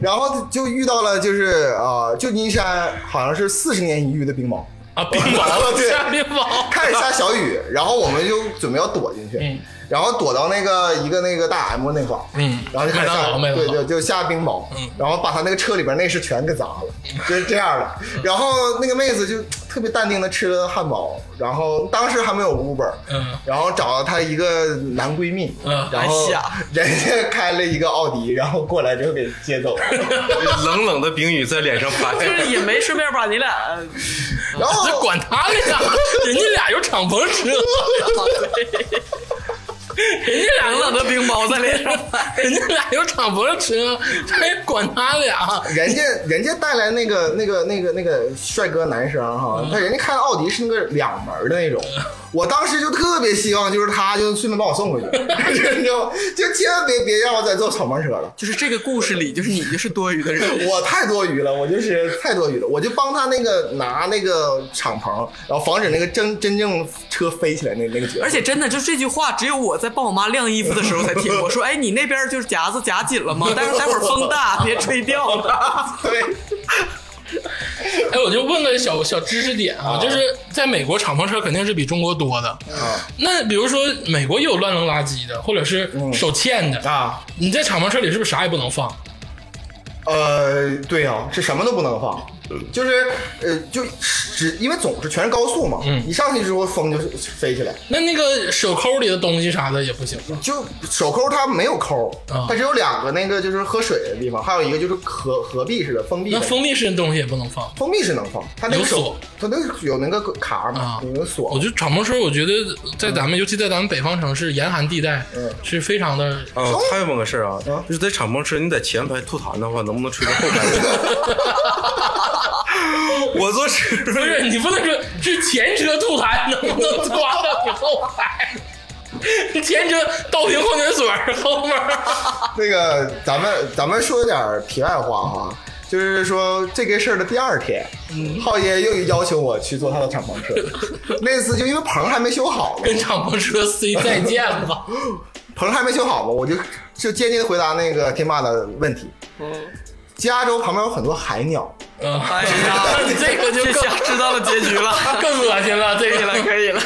Speaker 6: 然后就遇到了，就是呃，旧金山好像是四十年一遇的冰雹，
Speaker 3: 啊，冰雹，
Speaker 6: 哦对
Speaker 3: 下冰雹，
Speaker 6: 开始下小雨，然后我们就准备要躲进去，
Speaker 3: 嗯
Speaker 6: 然后躲到那个一个那个大 M 那块儿，
Speaker 3: 嗯
Speaker 6: 然后就开始
Speaker 3: 麦当劳
Speaker 6: 下，
Speaker 3: 麦当劳
Speaker 6: 对对，就下冰雹，
Speaker 3: 嗯
Speaker 6: 然后把他那个车里边内饰全给砸了，就是这样的。
Speaker 3: 嗯
Speaker 6: 然后那个妹子就特别淡定的吃了汉堡，然后当时还没有 Uber，
Speaker 3: 嗯
Speaker 6: 然后找了她一个男闺蜜，
Speaker 3: 嗯
Speaker 6: 然后
Speaker 4: 哎呀
Speaker 6: 人家开了一个奥迪，然后过来就给接走了，
Speaker 5: 冷冷的冰雨在脸上 拍
Speaker 4: 就。是也没顺便把你俩，呃
Speaker 6: 然后
Speaker 3: 这管他呢，人家俩有敞篷车，人家俩
Speaker 4: 冷冷的冰雹在脸上拍。
Speaker 3: 人家俩有敞篷车，还管他俩？
Speaker 6: 人家人家带来那个那个那个那个帅哥男生
Speaker 4: 嗯
Speaker 6: 哈，他人家开的奥迪是那个两门的那种，我当时就特别希望就是他就顺便把我送回去， 你知道吗？就千万别别让我再坐敞篷车了，
Speaker 4: 就是这个故事里，就是你就是多余的人，
Speaker 6: 我太多余了，我就是太多余了，我就帮他那个拿那个敞篷，然后防止那个真真正车飞起来那那个角 色。
Speaker 4: 而且真的就这句话，只有我在帮我妈晾衣服的时候才听过。说，哎，你那边就是夹子夹紧了吗？ 待会儿待会儿风大，别吹掉了。
Speaker 6: 对，
Speaker 3: 哎，我就问个小小知识点啊，就是在美国敞篷车肯定是比中国多的。
Speaker 6: 啊
Speaker 3: 那比如说美国也有乱扔垃圾的，或者是手欠的，
Speaker 6: 嗯啊，
Speaker 3: 你在敞篷车里是不是啥也不能放？
Speaker 6: 呃，对呀、是什么都不能放，
Speaker 3: 嗯
Speaker 6: 就是呃，就只因为总是全是高速嘛，
Speaker 3: 嗯
Speaker 6: 一上去之后风就飞起来，
Speaker 3: 那那个手抠里的东西啥的也不行吗？
Speaker 6: 就手抠它没有抠，
Speaker 3: 嗯啊
Speaker 6: 它只有两个那个就是喝水的地方，还有一个就是合合闭式的封闭
Speaker 3: 那
Speaker 6: 的。
Speaker 3: 封闭式的东西也不能放。
Speaker 6: 封闭是能放，它那
Speaker 3: 有
Speaker 6: 个
Speaker 3: 锁
Speaker 6: 手，它那个有那个卡嘛，
Speaker 3: 啊
Speaker 6: 有那个
Speaker 3: 我
Speaker 6: 锁。
Speaker 3: 觉得敞篷车，我觉得在咱们，尤其在咱们北方城市严寒地带，
Speaker 4: 嗯
Speaker 3: 是非常的
Speaker 5: 啊，我还有问个事儿啊，就是在敞篷车，你在前排吐痰的话，能不能吹到后排？ 我坐车，
Speaker 3: 不是你不能说是前车吐痰，能不能刮到你后排？前车倒瓶矿泉水儿，后面儿
Speaker 6: 那个咱们咱们说点题外话哈，就是说这个事儿的第二天，
Speaker 3: 嗯
Speaker 6: 浩爷又要求我去坐他的敞 篷车，那次就因为棚还没修好嘛，
Speaker 3: 跟敞篷车 say 再见吧。
Speaker 6: 棚还没修好嘛，我就就坚定的回答那个天霸的问题。加州旁边有很多海鸟，
Speaker 3: 嗯，
Speaker 4: 哎呀，
Speaker 3: 你这个就
Speaker 4: 这
Speaker 3: 更
Speaker 4: 下知道了结局 了，
Speaker 3: 更恶心了，这
Speaker 4: 可以了，
Speaker 3: 个
Speaker 4: 可 以了。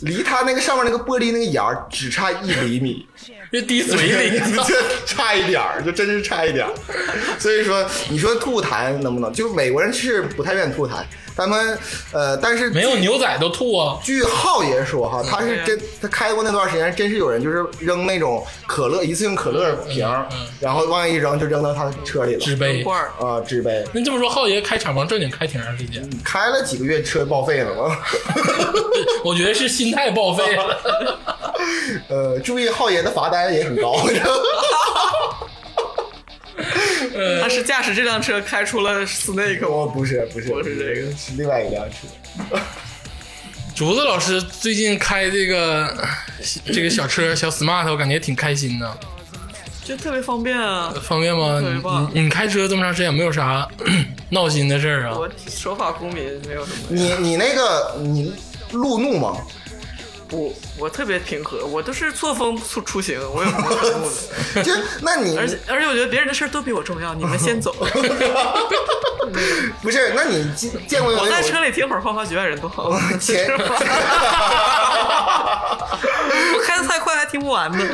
Speaker 6: 离它那个上面那个玻璃那个眼儿只差一厘米，
Speaker 3: 就滴水 里。
Speaker 6: 这差一点儿，就真是差一点儿。所以说，你说吐痰能不能？就是美国人是不太愿意吐痰，他们呃，但是
Speaker 3: 没有嗯牛仔都吐啊，
Speaker 6: 据浩爷说哈，他是真他开过那段时间，真是有人就是扔那种可乐一次性可乐瓶儿，然后往外一扔就扔到他的车里
Speaker 3: 嗯纸
Speaker 6: 了。
Speaker 3: 杯。
Speaker 4: 罐儿，
Speaker 6: 啊，纸杯
Speaker 3: 那这么说，浩爷开敞篷正经开挺长时间，
Speaker 6: 开了几个月，车报废了吗？
Speaker 3: 我觉得是心态报废了。
Speaker 6: 呃，注意浩爷的罚单也很高。
Speaker 4: 他是驾驶这辆车开出了 Snake，
Speaker 6: 哦，不是不是
Speaker 4: 不是这个
Speaker 6: 是另外一辆车。
Speaker 3: 竹子老师最近开这个这个小车小 smart，我感觉挺开心的，
Speaker 4: 就特别方便啊。
Speaker 3: 方便吗？
Speaker 4: 对吧
Speaker 3: 你你你开车这么长时间也没有啥 闹心的事儿啊？
Speaker 4: 我守法公民没有什么，
Speaker 6: 你你那个你路怒吗？
Speaker 4: 不，我特别平和，我都是错峰出出行，我有什么可怒 的？
Speaker 6: 就是那你
Speaker 4: 而且而且我觉得别人的事儿都比我重要，你们先走。
Speaker 6: 不是？那你见见过有
Speaker 4: 我在
Speaker 6: 那
Speaker 4: 车
Speaker 6: 种
Speaker 4: 里听会儿《花花局外人》多 好，
Speaker 6: 前
Speaker 4: 是吧？我开的太快还听不完呢。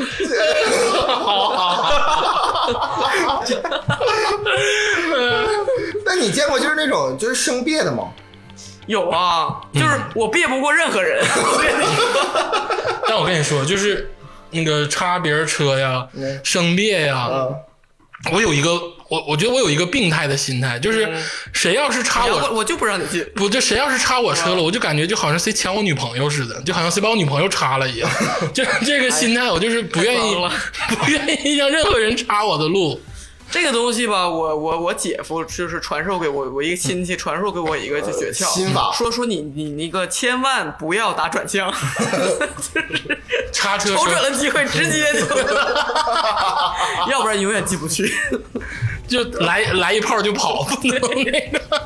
Speaker 6: 那你见过就是那种就是生别的吗？
Speaker 4: 有啊，就是我别不过任何 人，我跟你说。
Speaker 3: 但我跟你说，就是那个插别人车呀、生别呀，
Speaker 6: 嗯，
Speaker 3: 我有一个我我觉得我有一个病态的心态，就是谁要是插
Speaker 4: 啊我
Speaker 3: 我。
Speaker 4: 我就不嗯让你进。
Speaker 3: 不，这谁要是插我
Speaker 4: 啊
Speaker 3: 车了，我就感觉就好像谁抢我女朋友似的，就好像谁把我女朋友插了一 样。这这个心态，我就是不愿意
Speaker 4: 哎太棒了，
Speaker 3: 不愿意让任何人插我的路。
Speaker 4: 这个东西吧，我我我姐夫就是传授给我，我一个亲戚传授给我一个就诀窍，
Speaker 6: 心法
Speaker 4: 说说你你那个千万不要打转 向，就是
Speaker 3: 插车
Speaker 4: 瞅准
Speaker 3: 车
Speaker 4: 了机会直接 就，要不然永远进不 去。
Speaker 3: 就来来一炮就跑，不能那个。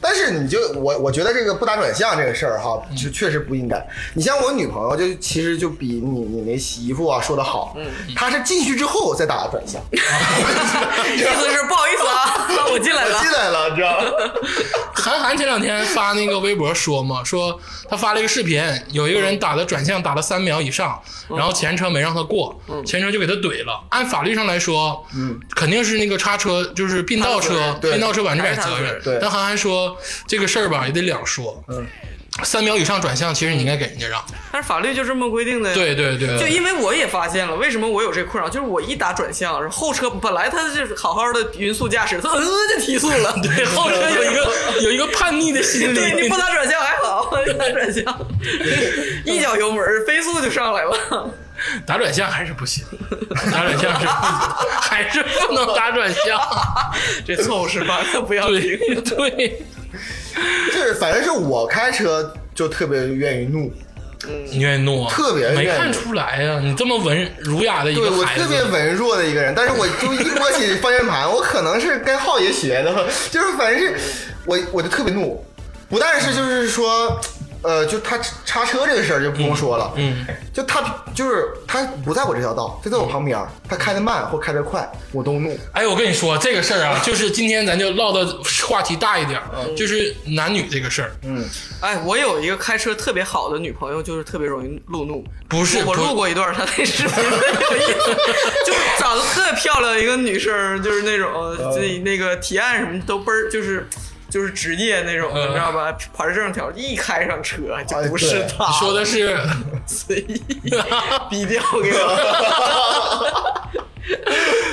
Speaker 6: 但是你就我我觉得这个不打转向这个事儿哈，就确实不应该。你像我女朋友就其实就比你你那媳妇啊说的好，
Speaker 4: 嗯
Speaker 6: 她是进去之后再打转向，
Speaker 4: 意思是不好意思 啊，我进来了
Speaker 6: 进。来了，你知 道吗？
Speaker 3: 韩寒前两天发那个微博说嘛，说他发了一个视频，有一个人打的转向打了三秒以上，
Speaker 4: 嗯
Speaker 3: 然后前车没让他过，前车就给他怼了。按法律上来说，肯定是那个叉车就是并道车，
Speaker 6: 对
Speaker 3: 并道车百分之百责
Speaker 4: 还
Speaker 3: 任
Speaker 4: 是他。
Speaker 6: 责任
Speaker 3: 但韩寒说这个事儿吧也得两说，三秒以上转向其实你应该给人家让。
Speaker 4: 但是法律就这么规定的。
Speaker 3: 对。对对，
Speaker 4: 嗯就因为我也发现了，为什么我有这困扰？就是我一打转向，然后后车本来他就是好好的匀速驾驶，他嗯就提速了， 对，后
Speaker 3: 后
Speaker 4: 车
Speaker 3: 车有
Speaker 4: 有一
Speaker 3: 一
Speaker 4: 个
Speaker 3: 个有一个叛逆的心理，
Speaker 4: 对，你不打转向还 好，你打转 向，一脚油门儿飞速就上来了。
Speaker 3: 打转向还是不行，打转向是不还是不能打转 向。
Speaker 4: 这错误示范不要听。
Speaker 3: 对对，
Speaker 6: 就是反正是我开车就特别愿意怒，
Speaker 3: 你愿意怒啊？
Speaker 6: 特别愿意
Speaker 3: 没看出来呀、你这么文儒雅的一
Speaker 6: 对
Speaker 3: 个
Speaker 6: 我
Speaker 3: 孩
Speaker 6: 特别
Speaker 3: 子，
Speaker 6: 文弱的一个人，但是我就一摸起方向盘，我可能是跟浩爷学的，就是反正是我我就特别怒，不但是就是说，呃，就他插车这个事儿就不用说了，
Speaker 3: 嗯
Speaker 6: 就他就是他不在我这条道，就在我旁边儿，他开的慢或开的快，我都怒。
Speaker 3: 哎，我跟你说这个事儿
Speaker 6: 嗯
Speaker 3: 啊，就是今天咱就唠的话题大一点儿，就是男女这个事儿，
Speaker 4: 哎，我有一个开车特别好的女朋友，就是特别容易路怒。
Speaker 3: 不是
Speaker 4: 我
Speaker 3: 不
Speaker 4: 录过一段她那视频，特有意思，就是长得特漂亮一个女生，就是 那种
Speaker 3: 嗯
Speaker 4: 那那个提案什么都倍儿就是。就是职业那种，
Speaker 3: 嗯
Speaker 4: 你知道吧？牌证条一开上车就
Speaker 6: 哎
Speaker 4: 不是
Speaker 6: 对
Speaker 4: 她，
Speaker 3: 说的是
Speaker 4: 随意逼掉给我。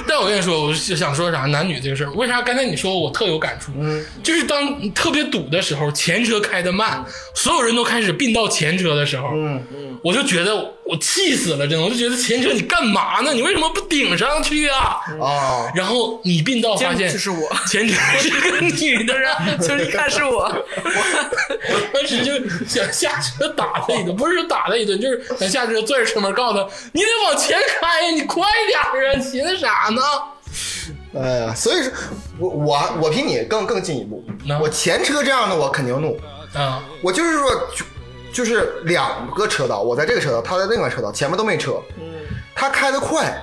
Speaker 3: 但我跟你说，我就想说啥男女这个事儿，为啥刚才你说我特有感触？
Speaker 6: 嗯
Speaker 3: 就是当你特别堵的时候，前车开的慢，所有人都开始并到前车的时候，嗯嗯，我就觉得我气死了，真的，我就觉得前车你干嘛呢？你为什么不顶上去啊？
Speaker 6: 啊，
Speaker 3: 然后你并道发现
Speaker 4: 这是我
Speaker 3: 前车是个女的，然后
Speaker 4: 就是一看是我，我
Speaker 3: 我 当时就想下车打他一顿，不是说打他一顿，就是想下车拽着车门告诉他，你得往前开呀，你快点儿啊，寻思啥呢？
Speaker 6: 哎呀，所以说我我我比你更更进一步
Speaker 3: 那，
Speaker 6: 我前车这样的我肯定怒，
Speaker 3: 啊。
Speaker 6: 我就是说，就就是两个车道，我在这个车道，他在另外车道，前面都没车。
Speaker 4: 嗯
Speaker 6: 他开的快，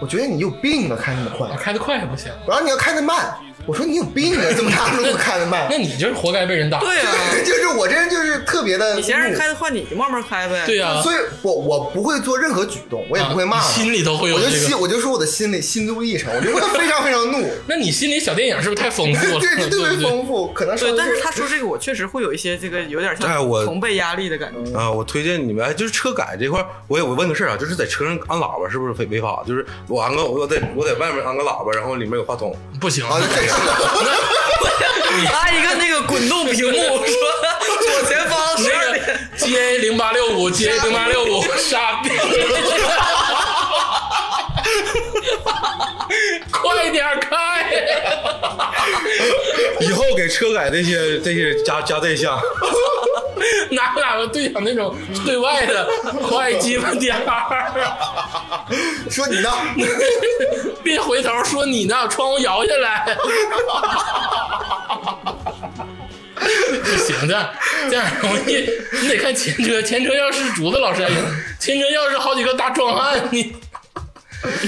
Speaker 6: 我觉得你有病啊，开那么快
Speaker 3: 啊，。开得快还不行，
Speaker 6: 然后你要开的慢，我说你有病啊，这么大路开的慢
Speaker 3: 那。你就是活该被人打。
Speaker 4: 对啊，
Speaker 6: 就是我这人就是特别的怒，
Speaker 4: 你嫌人开的快，你就慢慢开呗。
Speaker 3: 对呀、啊，
Speaker 6: 所以我我不会做任何举动，我也不会骂他，
Speaker 3: 你心里头会有
Speaker 6: 我就
Speaker 3: 这个
Speaker 6: 心我就说我的心里心路历程，我就会非常非 常怒，
Speaker 3: 那你心里小电影是不是太丰富了？
Speaker 6: 对，
Speaker 3: 对
Speaker 6: 就特
Speaker 3: 不
Speaker 6: 别
Speaker 3: 对
Speaker 6: 丰富，可能说
Speaker 4: 对，
Speaker 6: 的
Speaker 4: 但
Speaker 6: 就是
Speaker 4: 他说这个，我确实会有一些这个有点
Speaker 5: 哎
Speaker 4: 像
Speaker 5: 我
Speaker 4: 同辈压力的感觉。
Speaker 5: 啊，我推荐你们，哎，就是车改这块儿，我也我问个事儿啊，就是在车上按喇叭是不是违违法？就是我安个，我在我在外面安个喇叭，然后里面有话筒，
Speaker 3: 不行，
Speaker 6: 啊，对
Speaker 4: 拉一个那个滚动屏幕，说左前方十二
Speaker 3: 那
Speaker 4: 点，
Speaker 3: 个 G A 零八六五 G A 零八六五傻逼， 快点儿开！
Speaker 5: 以后给车改这些这些加加这项，
Speaker 3: 哪有哪个队长那种对外的快鸡巴点儿，
Speaker 6: 说你呢？
Speaker 3: 别回头说你呢，窗户摇下来。 不行，这样这样容易，你得看前车，前车要是竹子老师还行，前车要是好几个大壮汉，你。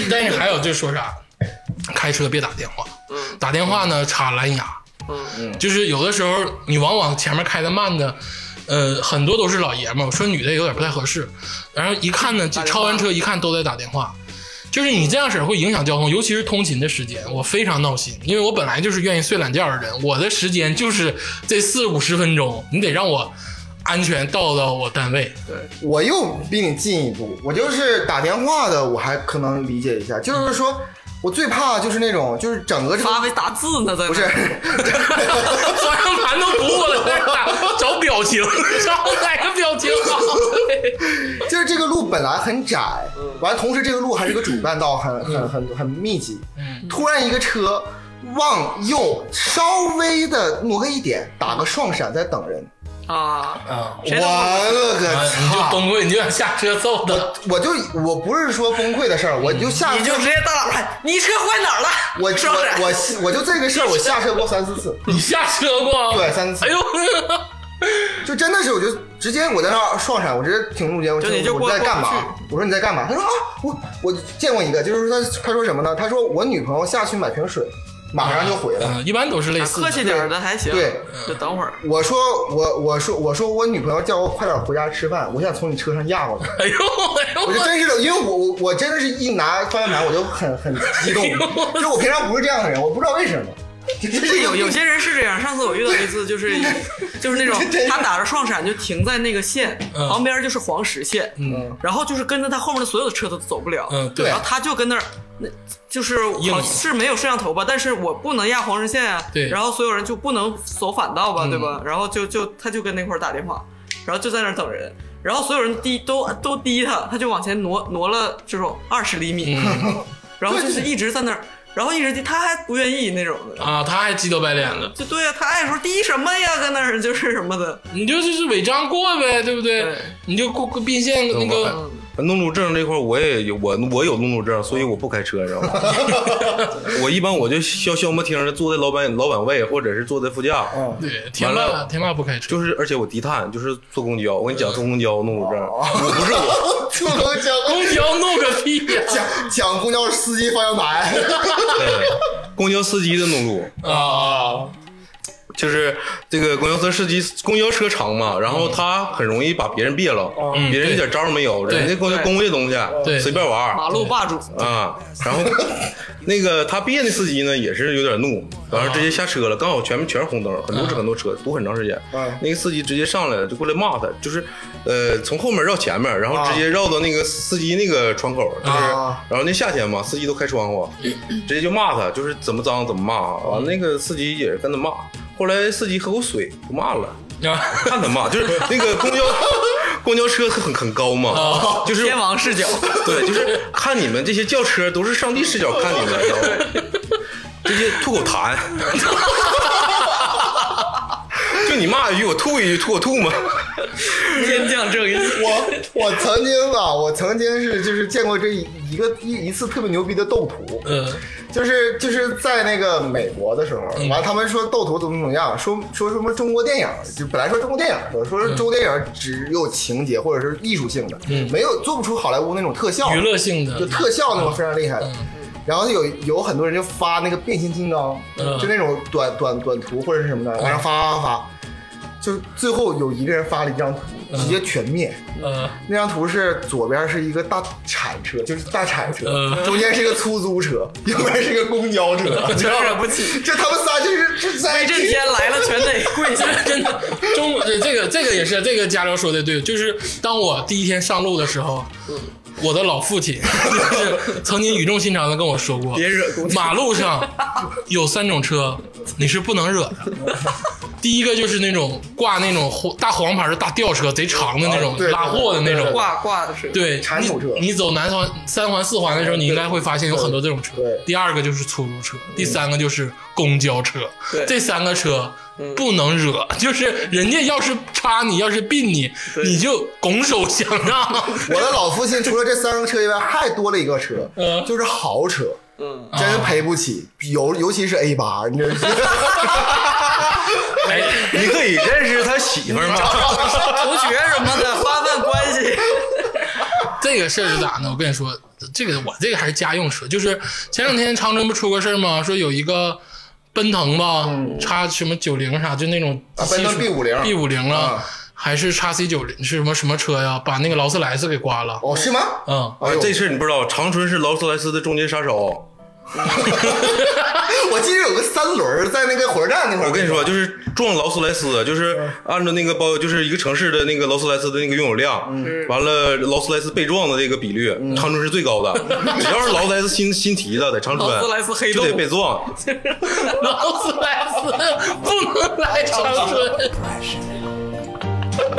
Speaker 3: 但是还有就是说啥，开车别打电话，打电话呢插蓝牙，就是有的时候你往往前面开的慢的，呃，很多都是老爷们儿，我说女的有点不太合适。然后一看呢，超完车一看都在打电话，就是你这样式儿会影响交通，尤其是通勤的时间，我非常闹心，因为我本来就是愿意睡懒觉的人，我的时间就是这四五十分钟，你得让我安全到到我单位。
Speaker 6: 我又比你进一步，我就是打电话的，我还可能理解一下，就是说我最怕就是那种就是整个这个
Speaker 4: 发为打字呢，在
Speaker 6: 不是
Speaker 3: 方向盘都不过了，在那打找表情，找哪个表情好？
Speaker 6: 就是这个路本来很窄，完了同时这个路还是个主干道，很很很很密集。突然一个车往右稍微的挪一点，打个双闪在等人，
Speaker 4: 啊，
Speaker 3: 啊，
Speaker 4: 谁都不啊
Speaker 6: 我了个
Speaker 3: 你就
Speaker 6: 操！
Speaker 3: 崩溃，你就想下车揍他。
Speaker 6: 我就我不是说崩溃的事儿，我就下
Speaker 4: 嗯你就直接大喇叭，哎你车坏哪儿了？
Speaker 6: 我
Speaker 4: 是不
Speaker 6: 我
Speaker 4: 是？
Speaker 6: 我我就这个事儿，我下车过三四次，
Speaker 3: 你下车过？
Speaker 4: 哦
Speaker 6: 对，三四次
Speaker 3: 哎，呦，
Speaker 6: 就真的是我就直接我在那儿双闪，我直接停路肩，我
Speaker 4: 就你就
Speaker 6: 说
Speaker 4: 过
Speaker 6: 我在干
Speaker 4: 过
Speaker 6: 嘛
Speaker 4: 不？
Speaker 6: 我说你在干嘛？他说啊，我我见过一个，就是他他说什么呢？他说我女朋友下去买瓶水，马上就回来。
Speaker 3: 嗯，一般都是类似的
Speaker 4: 啊客气点儿的还行，
Speaker 6: 对，
Speaker 4: 就等会儿。
Speaker 6: 我说我我说我说我女朋友叫我快点回家吃饭，我想从你车上压过 去。
Speaker 3: 哎呦，哎呦，
Speaker 6: 我就真是的，因为我我我真的是一拿方向盘我就很很 激动，就是我平常不是这样的人，我不知道为什么。这是
Speaker 4: 有有些人是这样，上次我遇到一次，就是 就是那种他打着双闪就停在那个线
Speaker 3: 嗯
Speaker 4: 旁边，就是黄石线，
Speaker 3: 嗯
Speaker 4: 然后就是跟着他后面的所有的车都走不了，
Speaker 3: 嗯对
Speaker 4: 然后他就跟那儿，那就是
Speaker 3: 硬
Speaker 4: 好是没有摄像头吧，但是我不能压黄石线啊，
Speaker 3: 对嗯
Speaker 4: 然后所有人就不能走反道吧，对吧？然后就就他就跟那块儿打电话，然后就在那儿等人。然后所有人滴都都滴他，他就往前挪挪了这种二十厘米，
Speaker 3: 嗯
Speaker 4: 然后就是一直在那儿，然后一直滴，他还不愿意那种的，
Speaker 3: 啊，他还急头白脸的，
Speaker 4: 就对呀、他爱说滴什么呀，跟那儿就是什么的，
Speaker 3: 你就就是违章过呗，对不对
Speaker 4: 对？
Speaker 3: 你就过过并线那个，
Speaker 5: 怒路症这块儿我也有，我我有怒路症，所以我不开车，你知道吗？ 我一般我就消消磨厅的坐在老板老板位，或者是坐在副驾，
Speaker 6: 嗯，
Speaker 3: 对，天
Speaker 5: 完
Speaker 3: 霸
Speaker 5: 了
Speaker 3: 天霸不开车，
Speaker 5: 就是而且我低碳，就是坐公交。我跟你讲，坐公交怒路症，
Speaker 3: 哦
Speaker 5: 我不是我，
Speaker 6: 嗯就能讲
Speaker 3: 公交弄个屁呀！
Speaker 6: 讲讲公交司机方 向盘，
Speaker 5: 对公交司机的怒路。
Speaker 3: 啊，
Speaker 5: 就是这个公交车司机，公交车长嘛，然后他很容易把别人别了，
Speaker 3: 嗯
Speaker 5: 别人一点招儿没有，
Speaker 3: 对
Speaker 5: 人家公交
Speaker 4: 对
Speaker 5: 公会的东西，啊
Speaker 3: 对
Speaker 5: 随便玩儿
Speaker 4: 马路霸主，
Speaker 5: 啊。 然后那个他别那司机呢，也是有点怒，完了直接下车了，刚好前面全是红灯，很
Speaker 4: 啊
Speaker 5: 多车很多车堵很长时间
Speaker 6: 嗯，
Speaker 5: 那个司机直接上来了，就过来骂他，就是呃从后门绕前面，然
Speaker 4: 啊
Speaker 5: 后直接绕到那个司机那个窗口，就是
Speaker 6: 啊
Speaker 5: 然后那夏天嘛，司机都开窗户，
Speaker 4: 嗯
Speaker 5: 直接就骂他，就是怎么脏怎么骂，完了那个司机也是跟他骂，后来司机喝口水不骂了。
Speaker 3: 啊
Speaker 5: 看他骂，就是那个公交公交车很很高
Speaker 3: 啊
Speaker 5: 嘛，就是
Speaker 4: 啊天王视 角，
Speaker 5: 对，就是看你们这些轿车都是上帝视角看你们，知道吗？这些吐口痰， 就你骂一句我吐一句，吐我吐嘛。
Speaker 4: 天降正义，
Speaker 6: 我我曾经啊，我曾经是就是见过这一个一一次特别牛逼的斗图，
Speaker 3: 嗯
Speaker 6: 就是就是在那个美国的时候，完了他们说斗图怎么怎么样，说说什么中国电影，就本来说中国电影的，说是中国电影只有情节或者是艺术性的，没有做不出好莱坞那种特效，
Speaker 3: 娱乐性
Speaker 6: 就
Speaker 3: 的，
Speaker 6: 特效那种非常厉害的。然后有有很多人就发那个变形金刚，
Speaker 3: 嗯
Speaker 6: 就那种短短短图或者是什么的，往上发发发，就最后有一个人发了一张图，直接全灭。
Speaker 3: 呃
Speaker 6: 那张图是左边是一个大铲车，就是大铲车，
Speaker 3: 嗯
Speaker 6: 中间是一个出租车，右边是一个公交车，你知道
Speaker 4: 惹
Speaker 6: 吗？
Speaker 4: 不起。
Speaker 6: 这他们仨就是这在
Speaker 4: 这天来了全得跪下。
Speaker 3: 真的，中这这个这个也是这个加州说的对，就是当我第一天上路的时候，我的老父亲就是曾经语重心长的跟我说过，
Speaker 4: 别惹公
Speaker 3: 马路上有三种车你是不能惹的，第一个就是那种挂那种黄大黄牌的大吊车，贼长的那种
Speaker 6: 啊对对
Speaker 3: 拉货的那种
Speaker 6: 对对
Speaker 4: 挂挂的是
Speaker 3: 对，
Speaker 6: 柴
Speaker 3: 你
Speaker 6: 土车
Speaker 3: 你走南环、三环、四环的时候，你应该会发现有很多这种车。
Speaker 6: 哎对嗯
Speaker 3: 第二个就是出租车，第三个就是公交车。
Speaker 4: 对
Speaker 3: 这三个车
Speaker 6: 嗯
Speaker 3: 不能惹， 就是人家要是插你，要是并你，你就拱手相让。
Speaker 6: 我的老父亲除了这三个车以外，还多了一个车
Speaker 3: 嗯，
Speaker 6: 就是豪车。嗯，真赔不起，尤尤其是 A 八，你这
Speaker 3: 哎，
Speaker 5: 你可以认识他媳妇儿吗？
Speaker 4: 同学什么的 发散关系，
Speaker 3: 这个事儿是咋呢？我跟你说，这个我这个还是家用车，就是前两天长春不出个事儿吗？说有一个奔腾吧，叉什么九零啥，就那种
Speaker 6: 嗯啊奔腾 B50
Speaker 3: B 五零了
Speaker 6: 啊，
Speaker 3: 还是叉 C 九零是什么什么车呀？把那个劳斯莱斯给刮了。
Speaker 6: 哦是吗？
Speaker 3: 嗯，
Speaker 6: 哎呦
Speaker 5: 啊这事儿你不知道，长春是劳斯莱斯的终极杀手。
Speaker 6: 我记得有个三轮儿在那个火车站那块儿。
Speaker 5: 我跟你说，就是撞劳斯莱斯，就是按照那个包，就是一个城市的那个劳斯莱斯的那个拥有量，
Speaker 4: 嗯
Speaker 5: 完了劳斯莱斯被撞的这个比率，长春是 最高的。只要是劳斯莱斯新新提的，在长春
Speaker 4: 劳斯莱斯黑
Speaker 5: 就
Speaker 4: 洞
Speaker 5: 得被撞。
Speaker 3: 劳斯莱斯不能来长春。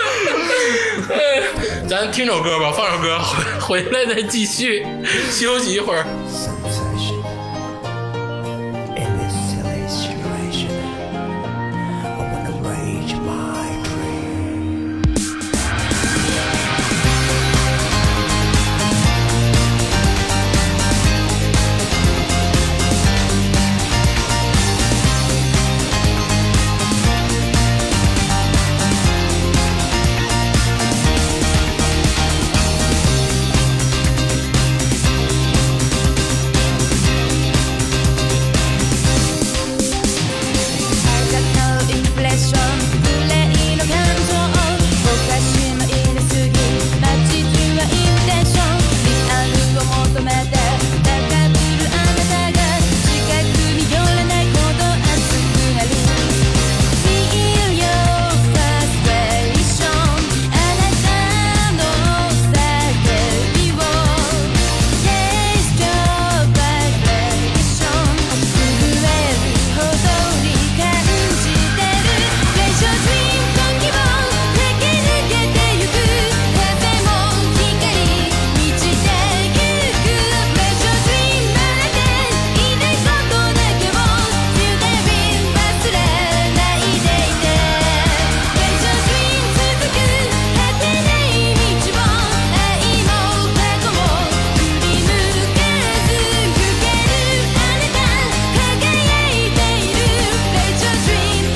Speaker 3: 哎咱听首歌吧，放首歌，回回来再继续休息一会儿。
Speaker 7: obsession in this silly situation. I wanna rage my dream.
Speaker 8: inflation 憂いの感情おかしな入れすぎ街中はインテンションリアルを求めて高ぶるあなたが近くに寄れないほど熱くなる Feel your frustration あなたの叫びを Taste your vibration 震えるほどに感じてる Raise your dream この希望駆け抜けてゆく風も光満ちてゆく Raise your dream まるで言いたいことだけを Feel the dream 忘れないでいて Raise your dream 続く果てない道を愛も過去も振り向けず行けるあなた輝いている Raise your dream 今を輝かせて Raise your dream 生きている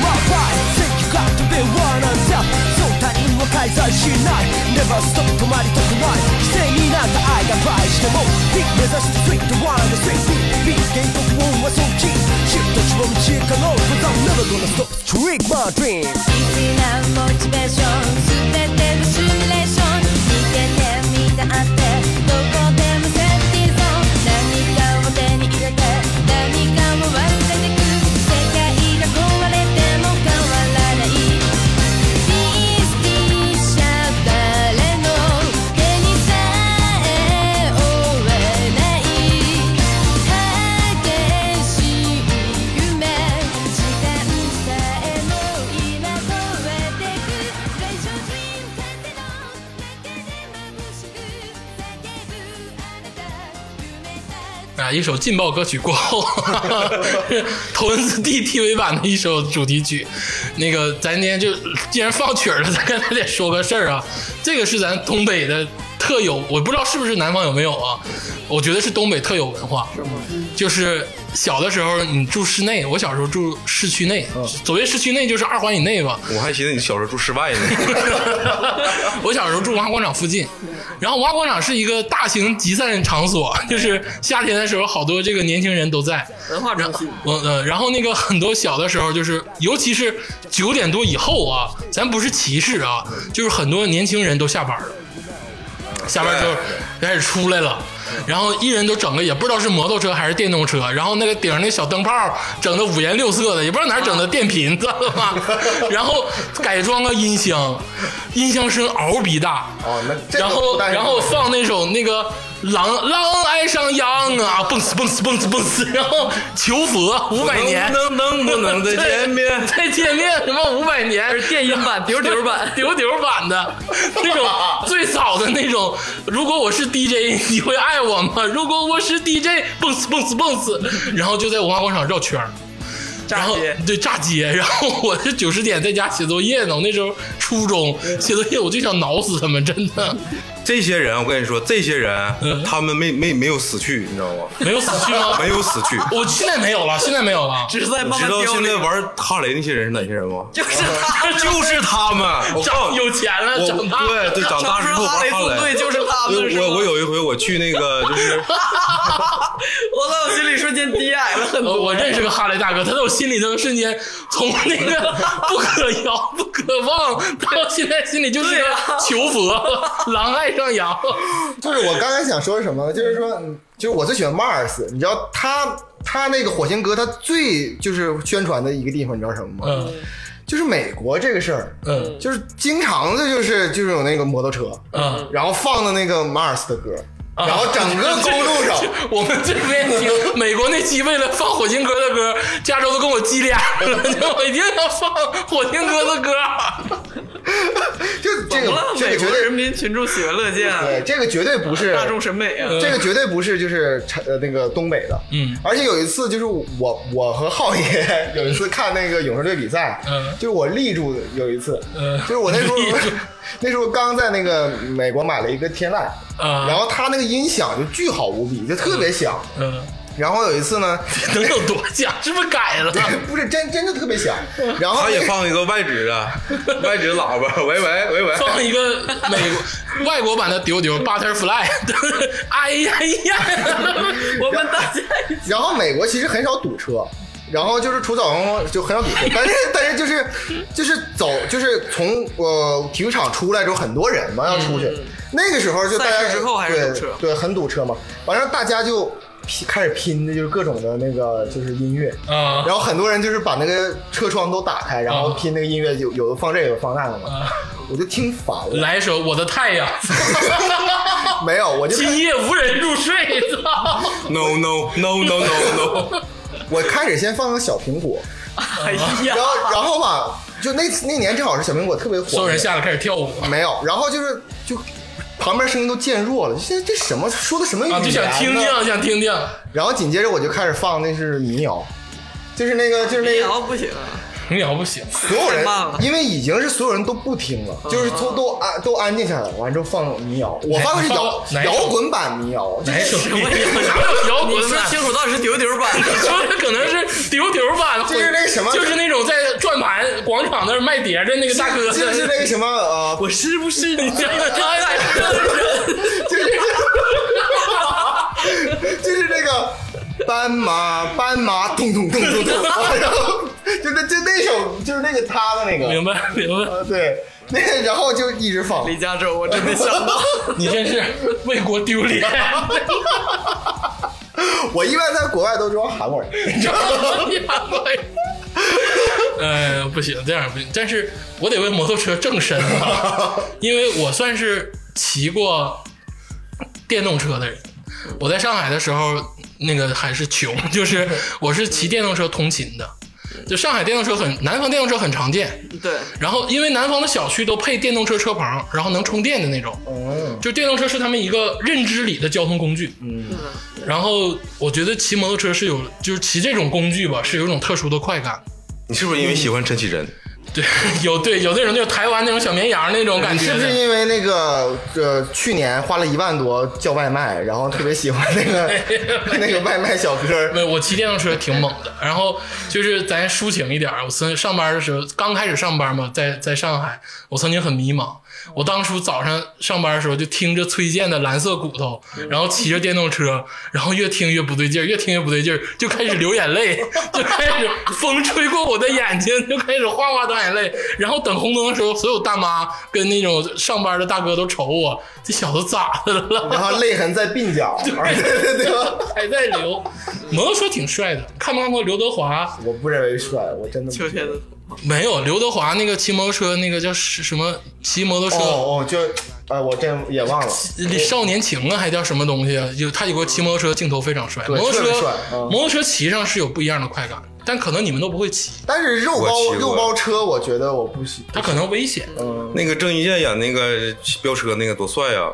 Speaker 9: My pride, think you got to be one and self そう他人は介在しない Never stop 止まりたくない犠牲になった愛が倍しても Big 目指して Sweet the one and sweet Big ゲート不穏はそっちシフトちも道へ可能 Cause I'm never gonna stop Trick my dream
Speaker 8: 「粋なモチベーション」「すべてのシミュレーション」「逃げてみたってどこでもセーフティーゾーン」「何かを手に入れて何かを忘れてく」「世界が壊れても変わらない」「リスティーシャ誰の手にさえ負えない」「激しい夢」「時間さえも今超えてく」「レイジョン・リーム風の中で眩しく」「叫ぶあなた夢さ」
Speaker 3: 啊，一首劲爆歌曲过后， 头文字 D TV 版的一首主题曲。那个，咱今天就既然放曲儿了，咱刚才得说个事儿啊。这个是咱东北的特有，我不知道是不是南方有没有啊？我觉得是东北特有文化，就是小的时候你住室内，我小时候住市区内，所谓市区内就是二环以内吧。
Speaker 5: 我还寻思你小时候住室外呢，
Speaker 3: 我小时候住文化广场附近，然后文化广场是一个大型集散场所，就是夏天的时候，好多这个年轻人都在。
Speaker 4: 文化中心
Speaker 3: 我呃，然后那个很多小的时候，就是尤其是九点多以后啊，咱不是歧视啊，就是很多年轻人都下班了，下班之后开始出来了。然后一人都整个也不知道是摩托车还是电动车，然后那个顶上那小灯泡整的五颜六色的，也不知道哪儿整的电
Speaker 6: 啊
Speaker 3: 瓶，知 道吗？然后改装个音箱，音箱声嗷逼大，
Speaker 6: 哦，那这个
Speaker 3: 然后
Speaker 6: 不担心
Speaker 3: 然后放那首那个狼狼爱上羊啊，蹦死蹦死蹦死蹦死， 然后求佛五百年，？
Speaker 5: 能能能不能再见 面
Speaker 3: 再见面什么五百年，。
Speaker 4: 是电音版、丢丢版 啊
Speaker 3: 丢丢版 的那种最早的那种。如果我是 DJ，你会爱我吗？如果我是 DJ，蹦死蹦死蹦死，然后就在文化广场绕圈儿。然后
Speaker 4: 街
Speaker 3: 对炸街，然后我是九十点在家写作业呢，我那时候初中写作业，我就想挠死他们，真的
Speaker 5: 这些人，我跟你说，这些人他们没没没有死去，你知道吗？
Speaker 3: 没有死去吗？
Speaker 5: 没有死去。
Speaker 3: 我现在没有了，现在没有了。
Speaker 4: 只是在
Speaker 5: 你
Speaker 4: 慢慢
Speaker 5: 知道
Speaker 4: 凋
Speaker 5: 现在
Speaker 4: 零，
Speaker 5: 玩哈雷那些人是哪些人吗？
Speaker 4: 就是他们，
Speaker 5: 就是他们，我告
Speaker 3: 长
Speaker 4: 哦
Speaker 5: 诉
Speaker 3: 有钱了，
Speaker 5: 我
Speaker 3: 长大了
Speaker 5: 对对，长大之后玩
Speaker 4: 哈雷
Speaker 5: 哈
Speaker 4: 纵队
Speaker 5: 雷。
Speaker 4: 就是他们，是
Speaker 5: 对
Speaker 4: 吗
Speaker 5: 我我有一回我去那个就是
Speaker 4: 我在我心里瞬间低矮了很
Speaker 3: 我
Speaker 4: 多。
Speaker 3: 我认识个哈雷大哥，他在我心里头瞬间从那 个不可摇、不可忘，到现在心里就是
Speaker 4: 对
Speaker 3: 个
Speaker 4: 啊
Speaker 3: 求佛，狼爱上羊。
Speaker 6: 就是我刚才想说什么，就是说，嗯就是我最喜欢 Mars，你知道他他那个火星哥，他最就是宣传的一个地方，你知道什么吗？
Speaker 3: 嗯
Speaker 6: 就是美国这个事儿，
Speaker 3: 嗯
Speaker 6: 就是经常的，就是就是有那个摩托车，
Speaker 3: 嗯，
Speaker 6: 然后放的那个 Mars 的歌，
Speaker 4: 啊
Speaker 6: 然后整个公 路上，
Speaker 3: 我们这边听美国那期为了放火星哥的歌，加州都跟我急脸了，就我一定要放火星哥的歌。
Speaker 6: 就 这
Speaker 4: 怎么
Speaker 6: 个
Speaker 4: 了？
Speaker 6: 这
Speaker 4: 美
Speaker 6: 个
Speaker 4: 国
Speaker 6: 绝
Speaker 4: 人
Speaker 6: 对
Speaker 4: 民群众喜闻乐见啊，
Speaker 6: 对，这个绝对不是
Speaker 4: 大众审美啊。
Speaker 6: 这个绝对不是就是呃那个东北的，
Speaker 3: 嗯，
Speaker 6: 而且有一次就是我我和浩爷 有一次看那个勇士队比赛，
Speaker 3: 嗯
Speaker 6: 就是我立住的有一次，
Speaker 3: 嗯
Speaker 6: 就是我那时候
Speaker 3: 立住
Speaker 6: 那时候刚在那个美国买了一个天籁，
Speaker 3: 啊
Speaker 6: 然后它那个音响就巨好无比，就特别响，
Speaker 3: 嗯，
Speaker 6: 然后有一次呢，
Speaker 3: 能有多像？是不是改了？
Speaker 6: 不是真真的特别响，然后
Speaker 5: 他也
Speaker 6: 那个
Speaker 5: 放一个外置的外置喇叭， 喂喂喂喂，
Speaker 3: 放一个美国外国版的丢丢 Butterfly，哎呀哎呀！
Speaker 4: 我们大家一起
Speaker 6: 然后美国其实很少堵车，然后就是除早高峰就很少堵车，但是但是就是就是走就是从呃体育场出来之后很多人嘛要出去，那个时候就大
Speaker 4: 嗯赛
Speaker 6: 家
Speaker 4: 事之后还是
Speaker 6: 对
Speaker 4: 堵车
Speaker 6: 对很堵车嘛，完了大家就拼开始拼的就是各种的那个就是音乐。
Speaker 3: 啊
Speaker 6: 然后很多人就是把那个车窗都打开，然后拼那个音乐，有有的放这个，有的放那个嘛，我就听烦了。
Speaker 3: 来一首《我的太阳》，
Speaker 6: 没有，我 就
Speaker 3: 今夜无人入睡。操！
Speaker 5: No no no no no no！
Speaker 6: 我开始先放个小苹果，
Speaker 4: 哎呀
Speaker 6: 然，后然后吧，就那次那年正好是小苹果特别 火，
Speaker 3: 所有人下来开始跳舞
Speaker 6: 没有，然后就是就旁边声音都渐弱了，这这什么说的什么语
Speaker 3: 啊，
Speaker 6: 言、
Speaker 3: 就想听。听，想听听。
Speaker 6: 然后紧接着我就开始放那是民谣，就是那个就是那
Speaker 4: 民
Speaker 6: 个
Speaker 4: 谣不行啊，
Speaker 3: 民谣不行，
Speaker 6: 所有
Speaker 4: 太
Speaker 6: 人
Speaker 4: 慢了，
Speaker 6: 因为已经是所有人都不听了，
Speaker 3: 啊
Speaker 6: 就是都都安都安静下来了，完之后放民谣，我放的是摇
Speaker 3: 哪一首
Speaker 6: 摇滚版民谣，就
Speaker 3: 哪首？什
Speaker 6: 是
Speaker 3: 么摇
Speaker 4: 你
Speaker 3: 滚
Speaker 4: 说
Speaker 3: 版？
Speaker 4: 清楚到底是丢丢 版的，
Speaker 3: 说的可能是丢丢版，
Speaker 6: 就是那什么
Speaker 3: 就是那种在转盘广场那儿卖碟的那个大哥。
Speaker 6: 就是那个什么呃，
Speaker 4: 我是不是你家的
Speaker 3: 哎
Speaker 6: 就是那个斑马斑马咚咚咚咚咚，然后就那就那首就是那个他的那
Speaker 3: 明
Speaker 6: 个，
Speaker 3: 白明白，
Speaker 6: 呃对，那个然后就一直放，
Speaker 4: 李嘉洲，我真没想 到，
Speaker 3: 你真是为国丢 脸。
Speaker 6: 我一般在国外都装韩国人，
Speaker 3: 哎，不行，这样不行。但是我得为摩托车正身啊，因为我算是骑过电动车的人。我在上海的时候，那个还是穷，就是我是骑电动车通勤的。就上海电动车很，南方电动车很常见，
Speaker 4: 对，
Speaker 3: 然后因为南方的小区都配电动车车棚，然后能充电的那种，
Speaker 6: 哦
Speaker 3: 就电动车是他们一个认知里的交通工具。嗯，然后我觉得骑摩托车是有，就是骑这种工具吧，是有一种特殊的快感。
Speaker 5: 你是不是因为喜欢陈绮贞？
Speaker 3: 对，有对有那种就是台湾那种小绵羊那种感
Speaker 6: 你
Speaker 3: 觉
Speaker 6: 是不是
Speaker 3: 的。
Speaker 6: 因为那个呃去年花了一万多叫外卖，然后特别喜欢那个那个外卖小哥？
Speaker 3: 没有，我骑电动车挺猛的。然后就是咱抒情一点儿，我曾上班的时候，刚开始上班嘛，在在上海，我曾经很迷茫。我当初早上上班的时候，就听着崔健的《蓝色骨头》，然后骑着电动车，然后越听越不对劲儿，越听越不对劲儿，就开始流眼泪， 就开始风吹过我的眼睛，就开始哗哗打眼泪。然后等红灯的时候，所有大妈跟那种上班的大哥都瞅我，这小子咋的了？
Speaker 6: 然后泪痕在鬓角，对对对吧？
Speaker 3: 还在流。摩托车挺帅的，看没看过刘德华？
Speaker 6: 我不认为帅，我真的不
Speaker 4: 秋天的
Speaker 3: 没有，刘德华那个骑摩托车那个叫什什么？骑摩托合车。
Speaker 6: 哦哦，就哎，我真也忘了。
Speaker 3: 少年情啊，还叫什么东西啊？有他有个骑摩托车镜头非常帅，摩托
Speaker 6: 特别
Speaker 3: 车
Speaker 6: 帅嗯
Speaker 3: 摩托车骑上是有不一样的快感，但可能你们都不会骑，
Speaker 6: 但是肉包
Speaker 5: 我骑过
Speaker 6: 肉包车，我觉得我不喜。嗯
Speaker 3: 它可能危 险。
Speaker 5: 那个郑伊健演那个飙车那个多帅啊！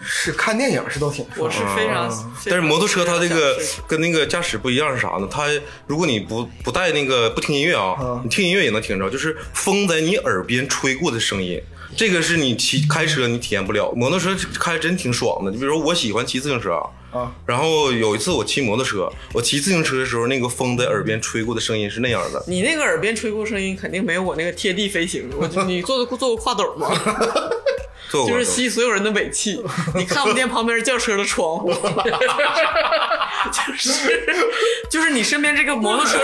Speaker 6: 是看电影是都挺帅
Speaker 4: 我
Speaker 6: 的，
Speaker 4: 是非常，非
Speaker 5: 但是
Speaker 4: 常
Speaker 5: 摩托车它这个
Speaker 4: 想试
Speaker 5: 跟那个驾驶不一样是啥呢？它如果你不不带那个不听音乐啊
Speaker 6: 嗯，
Speaker 5: 你听音乐也能听着，就是风在你耳边吹过的声音。这个是你骑开车你体验不了，摩托车开真挺爽的。你比如说我喜欢骑自行车
Speaker 6: 啊，
Speaker 5: 然后有一次我骑摩托车，我骑自行车的时候，那个风在耳边吹过的声音是那样的。
Speaker 4: 你那个耳边吹过声音，肯定没有我那个贴地飞行。我 就你坐过坐过跨斗 吗？
Speaker 5: 坐过
Speaker 4: 就是
Speaker 5: 坐过
Speaker 4: 吸所有人的尾气，你看不见旁边轿车的窗户，就是就是你身边这个摩托车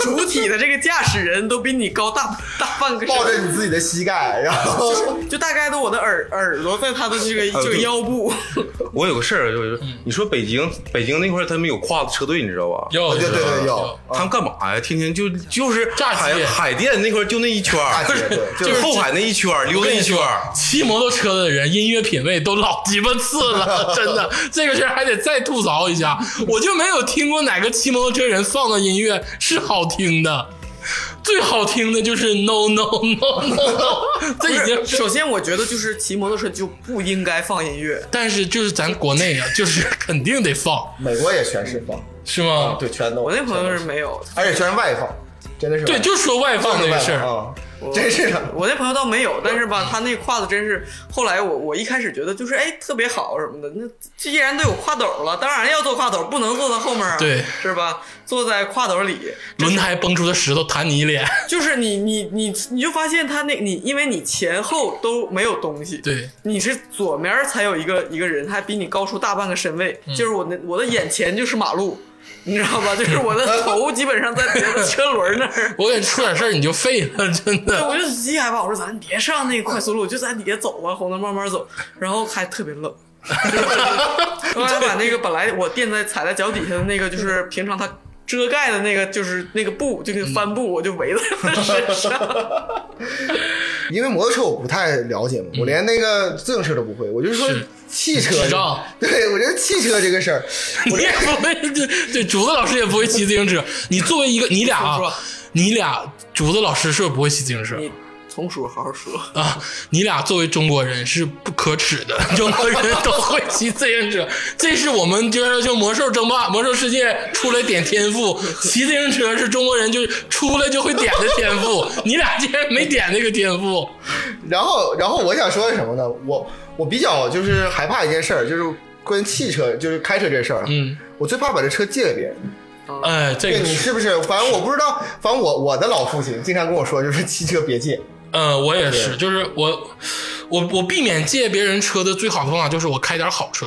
Speaker 4: 主体的这个驾驶人都比你高大大半个身
Speaker 6: 抱着你自己的膝盖，然后
Speaker 4: 就大概的我的耳耳朵在他的这个
Speaker 5: 呃
Speaker 4: 这个
Speaker 5: 对
Speaker 4: 腰部，
Speaker 5: 我有个事儿，啊就是
Speaker 4: 嗯
Speaker 5: 你说北京北京那块儿他们有胯子车队，你知道吧？
Speaker 3: 要
Speaker 6: 哦对对对，有
Speaker 5: 他们干嘛呀？天天就就是
Speaker 3: 炸
Speaker 5: 海
Speaker 3: 街
Speaker 5: 海淀那块儿就那一圈儿，
Speaker 6: 大街对
Speaker 5: 就是后海那一圈儿溜
Speaker 3: 我
Speaker 5: 达
Speaker 3: 跟
Speaker 5: 一
Speaker 3: 你
Speaker 5: 圈
Speaker 3: 说
Speaker 5: 儿，，
Speaker 3: 骑摩托车的人音乐品味都老鸡巴次了， 真的。这个事儿还得再吐槽一下，我就没有听过哪个骑摩托车人放的音乐是好听的。最好听的就是 no no no no no，这已经
Speaker 4: 不是首先我觉得就是骑摩托车就不应该放音乐，
Speaker 3: 但是就是咱国内啊， 就是肯定得放，
Speaker 6: 美国也全是嗯放，
Speaker 3: 是吗？
Speaker 6: 啊对，全都。
Speaker 4: 我那朋友是
Speaker 6: 全都，
Speaker 4: 没有，
Speaker 6: 而且全是外放，真的是外
Speaker 3: 对，就说外放
Speaker 6: 就是
Speaker 3: 这
Speaker 6: 外
Speaker 3: 个
Speaker 6: 放
Speaker 3: 事儿，
Speaker 6: 啊，真是的。
Speaker 4: 我那朋友倒没有，但是
Speaker 3: 嗯
Speaker 4: 吧，他那胯子真是，后来我我一开始觉得就是哎特别好什么的，那既然都有挎斗了，当然要坐挎斗，不能坐在后面啊，
Speaker 3: 对，
Speaker 4: 是吧？坐在挎斗里，
Speaker 3: 轮胎崩出的石头弹你一 脸，
Speaker 4: 就是你你你你就发现他那你因为你前后都没有东西，，
Speaker 3: 对，
Speaker 4: 你是左面才有一个一个人，还比你高出大半个身位，
Speaker 3: 嗯
Speaker 4: 就是我的我的眼前就是马路。你知道吧？就是我的头基本上在别的车轮那儿，
Speaker 3: 我给你出点事儿你就废了，真
Speaker 4: 对，
Speaker 3: 的。
Speaker 4: 我就急害怕，我说咱别上那快速路，就在底下走吧，红灯慢慢走，然后还特别冷。我还把那个本来我垫在踩在脚底下的那个，就是平常它遮盖的那个，就是那个布，就那个帆布，我就围在它身上。
Speaker 6: 因为摩托车我不太了解嘛，我连那个自行车都不会，我就说
Speaker 3: 是
Speaker 6: 汽车
Speaker 3: 智障，
Speaker 6: 对我觉得汽车这个事儿，
Speaker 3: 你 也不会，对对，竹子老师也不会骑自行车。你作为一个，你俩
Speaker 4: 是
Speaker 3: 啊
Speaker 4: 吧，
Speaker 3: 你俩竹子老师是不会骑自行车
Speaker 4: 你从叔好好说，
Speaker 3: 啊。你俩作为中国人是不可耻的，中国人都会骑自行车，这是我们就是就魔兽争霸、魔兽世界出来点天赋，骑自行车是中国人就是出来就会点的天赋。你俩竟然没点那个天赋，
Speaker 6: 然后，然后我想说的是什么呢？我我比较就是害怕一件事儿，就是关于汽车，就是开车这事儿。啊
Speaker 3: 嗯，
Speaker 6: 我最怕把这车借给别人。
Speaker 3: 哎，这个
Speaker 6: 对你
Speaker 3: 是，
Speaker 6: 是不是？反正我不知道，反正我我的老父亲经常跟我说，就是汽车别 借。
Speaker 3: 嗯、我也是，就是我，我我避免借别人车的最好的方法就是我开点好车，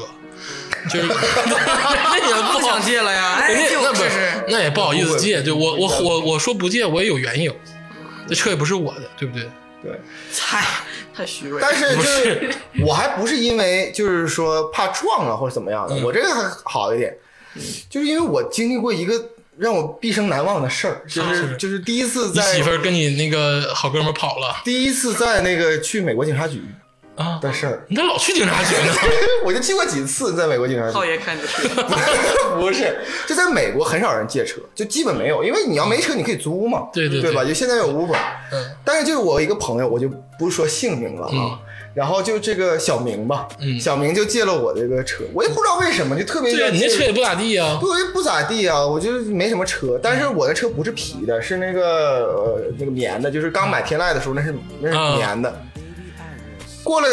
Speaker 3: 就是 那也 不
Speaker 4: 不
Speaker 3: 好
Speaker 4: 想借了哎呀，哎，
Speaker 3: 人
Speaker 4: 借
Speaker 3: 家
Speaker 4: 我
Speaker 3: 那
Speaker 4: 试
Speaker 3: 不
Speaker 4: 试。
Speaker 3: 那也不好意思借，
Speaker 6: 不会
Speaker 3: 就我我我我说不借，我也有缘由，这车也不是我的，对不对？
Speaker 6: 对，
Speaker 4: 太太虚伪了。
Speaker 6: 但是就
Speaker 3: 不
Speaker 6: 是我还不是因为就是说怕撞啊了或者怎么样
Speaker 3: 嗯
Speaker 6: 的，我这个还好一点，就是因为我经历过一个让我毕生难忘的事儿，就是就是第一次
Speaker 3: 你
Speaker 6: 在
Speaker 3: 媳妇儿跟你那个好哥们儿跑了
Speaker 6: 第一次在那个去美国警察局
Speaker 3: 啊？
Speaker 6: 的事 儿，
Speaker 3: 你咋老去警察局呢？
Speaker 6: 我就去过几次在美国警察局
Speaker 4: 浩。爷看你 去，
Speaker 6: 不是，就在美国很少人借车，就基本没有，因为你要没车你可以租嘛，
Speaker 3: 对对
Speaker 6: 对
Speaker 3: 对
Speaker 6: 吧？就现在有 Uber，
Speaker 3: 嗯
Speaker 6: 但是就是我一个朋友，我就不说姓名了啊。
Speaker 3: 嗯
Speaker 6: 然后就这个小明吧，小明就借了我这个车，我也不知道为什么，就特别
Speaker 3: 对啊呀，你那
Speaker 6: 这
Speaker 3: 车也不咋地呀。
Speaker 6: 对，我就不咋地啊，我就是没什么车，但
Speaker 3: 嗯
Speaker 6: 是我的车不是皮的，是那个呃那个棉的，就是刚买天籁的时候那是那
Speaker 3: 嗯
Speaker 6: 是棉的。过了，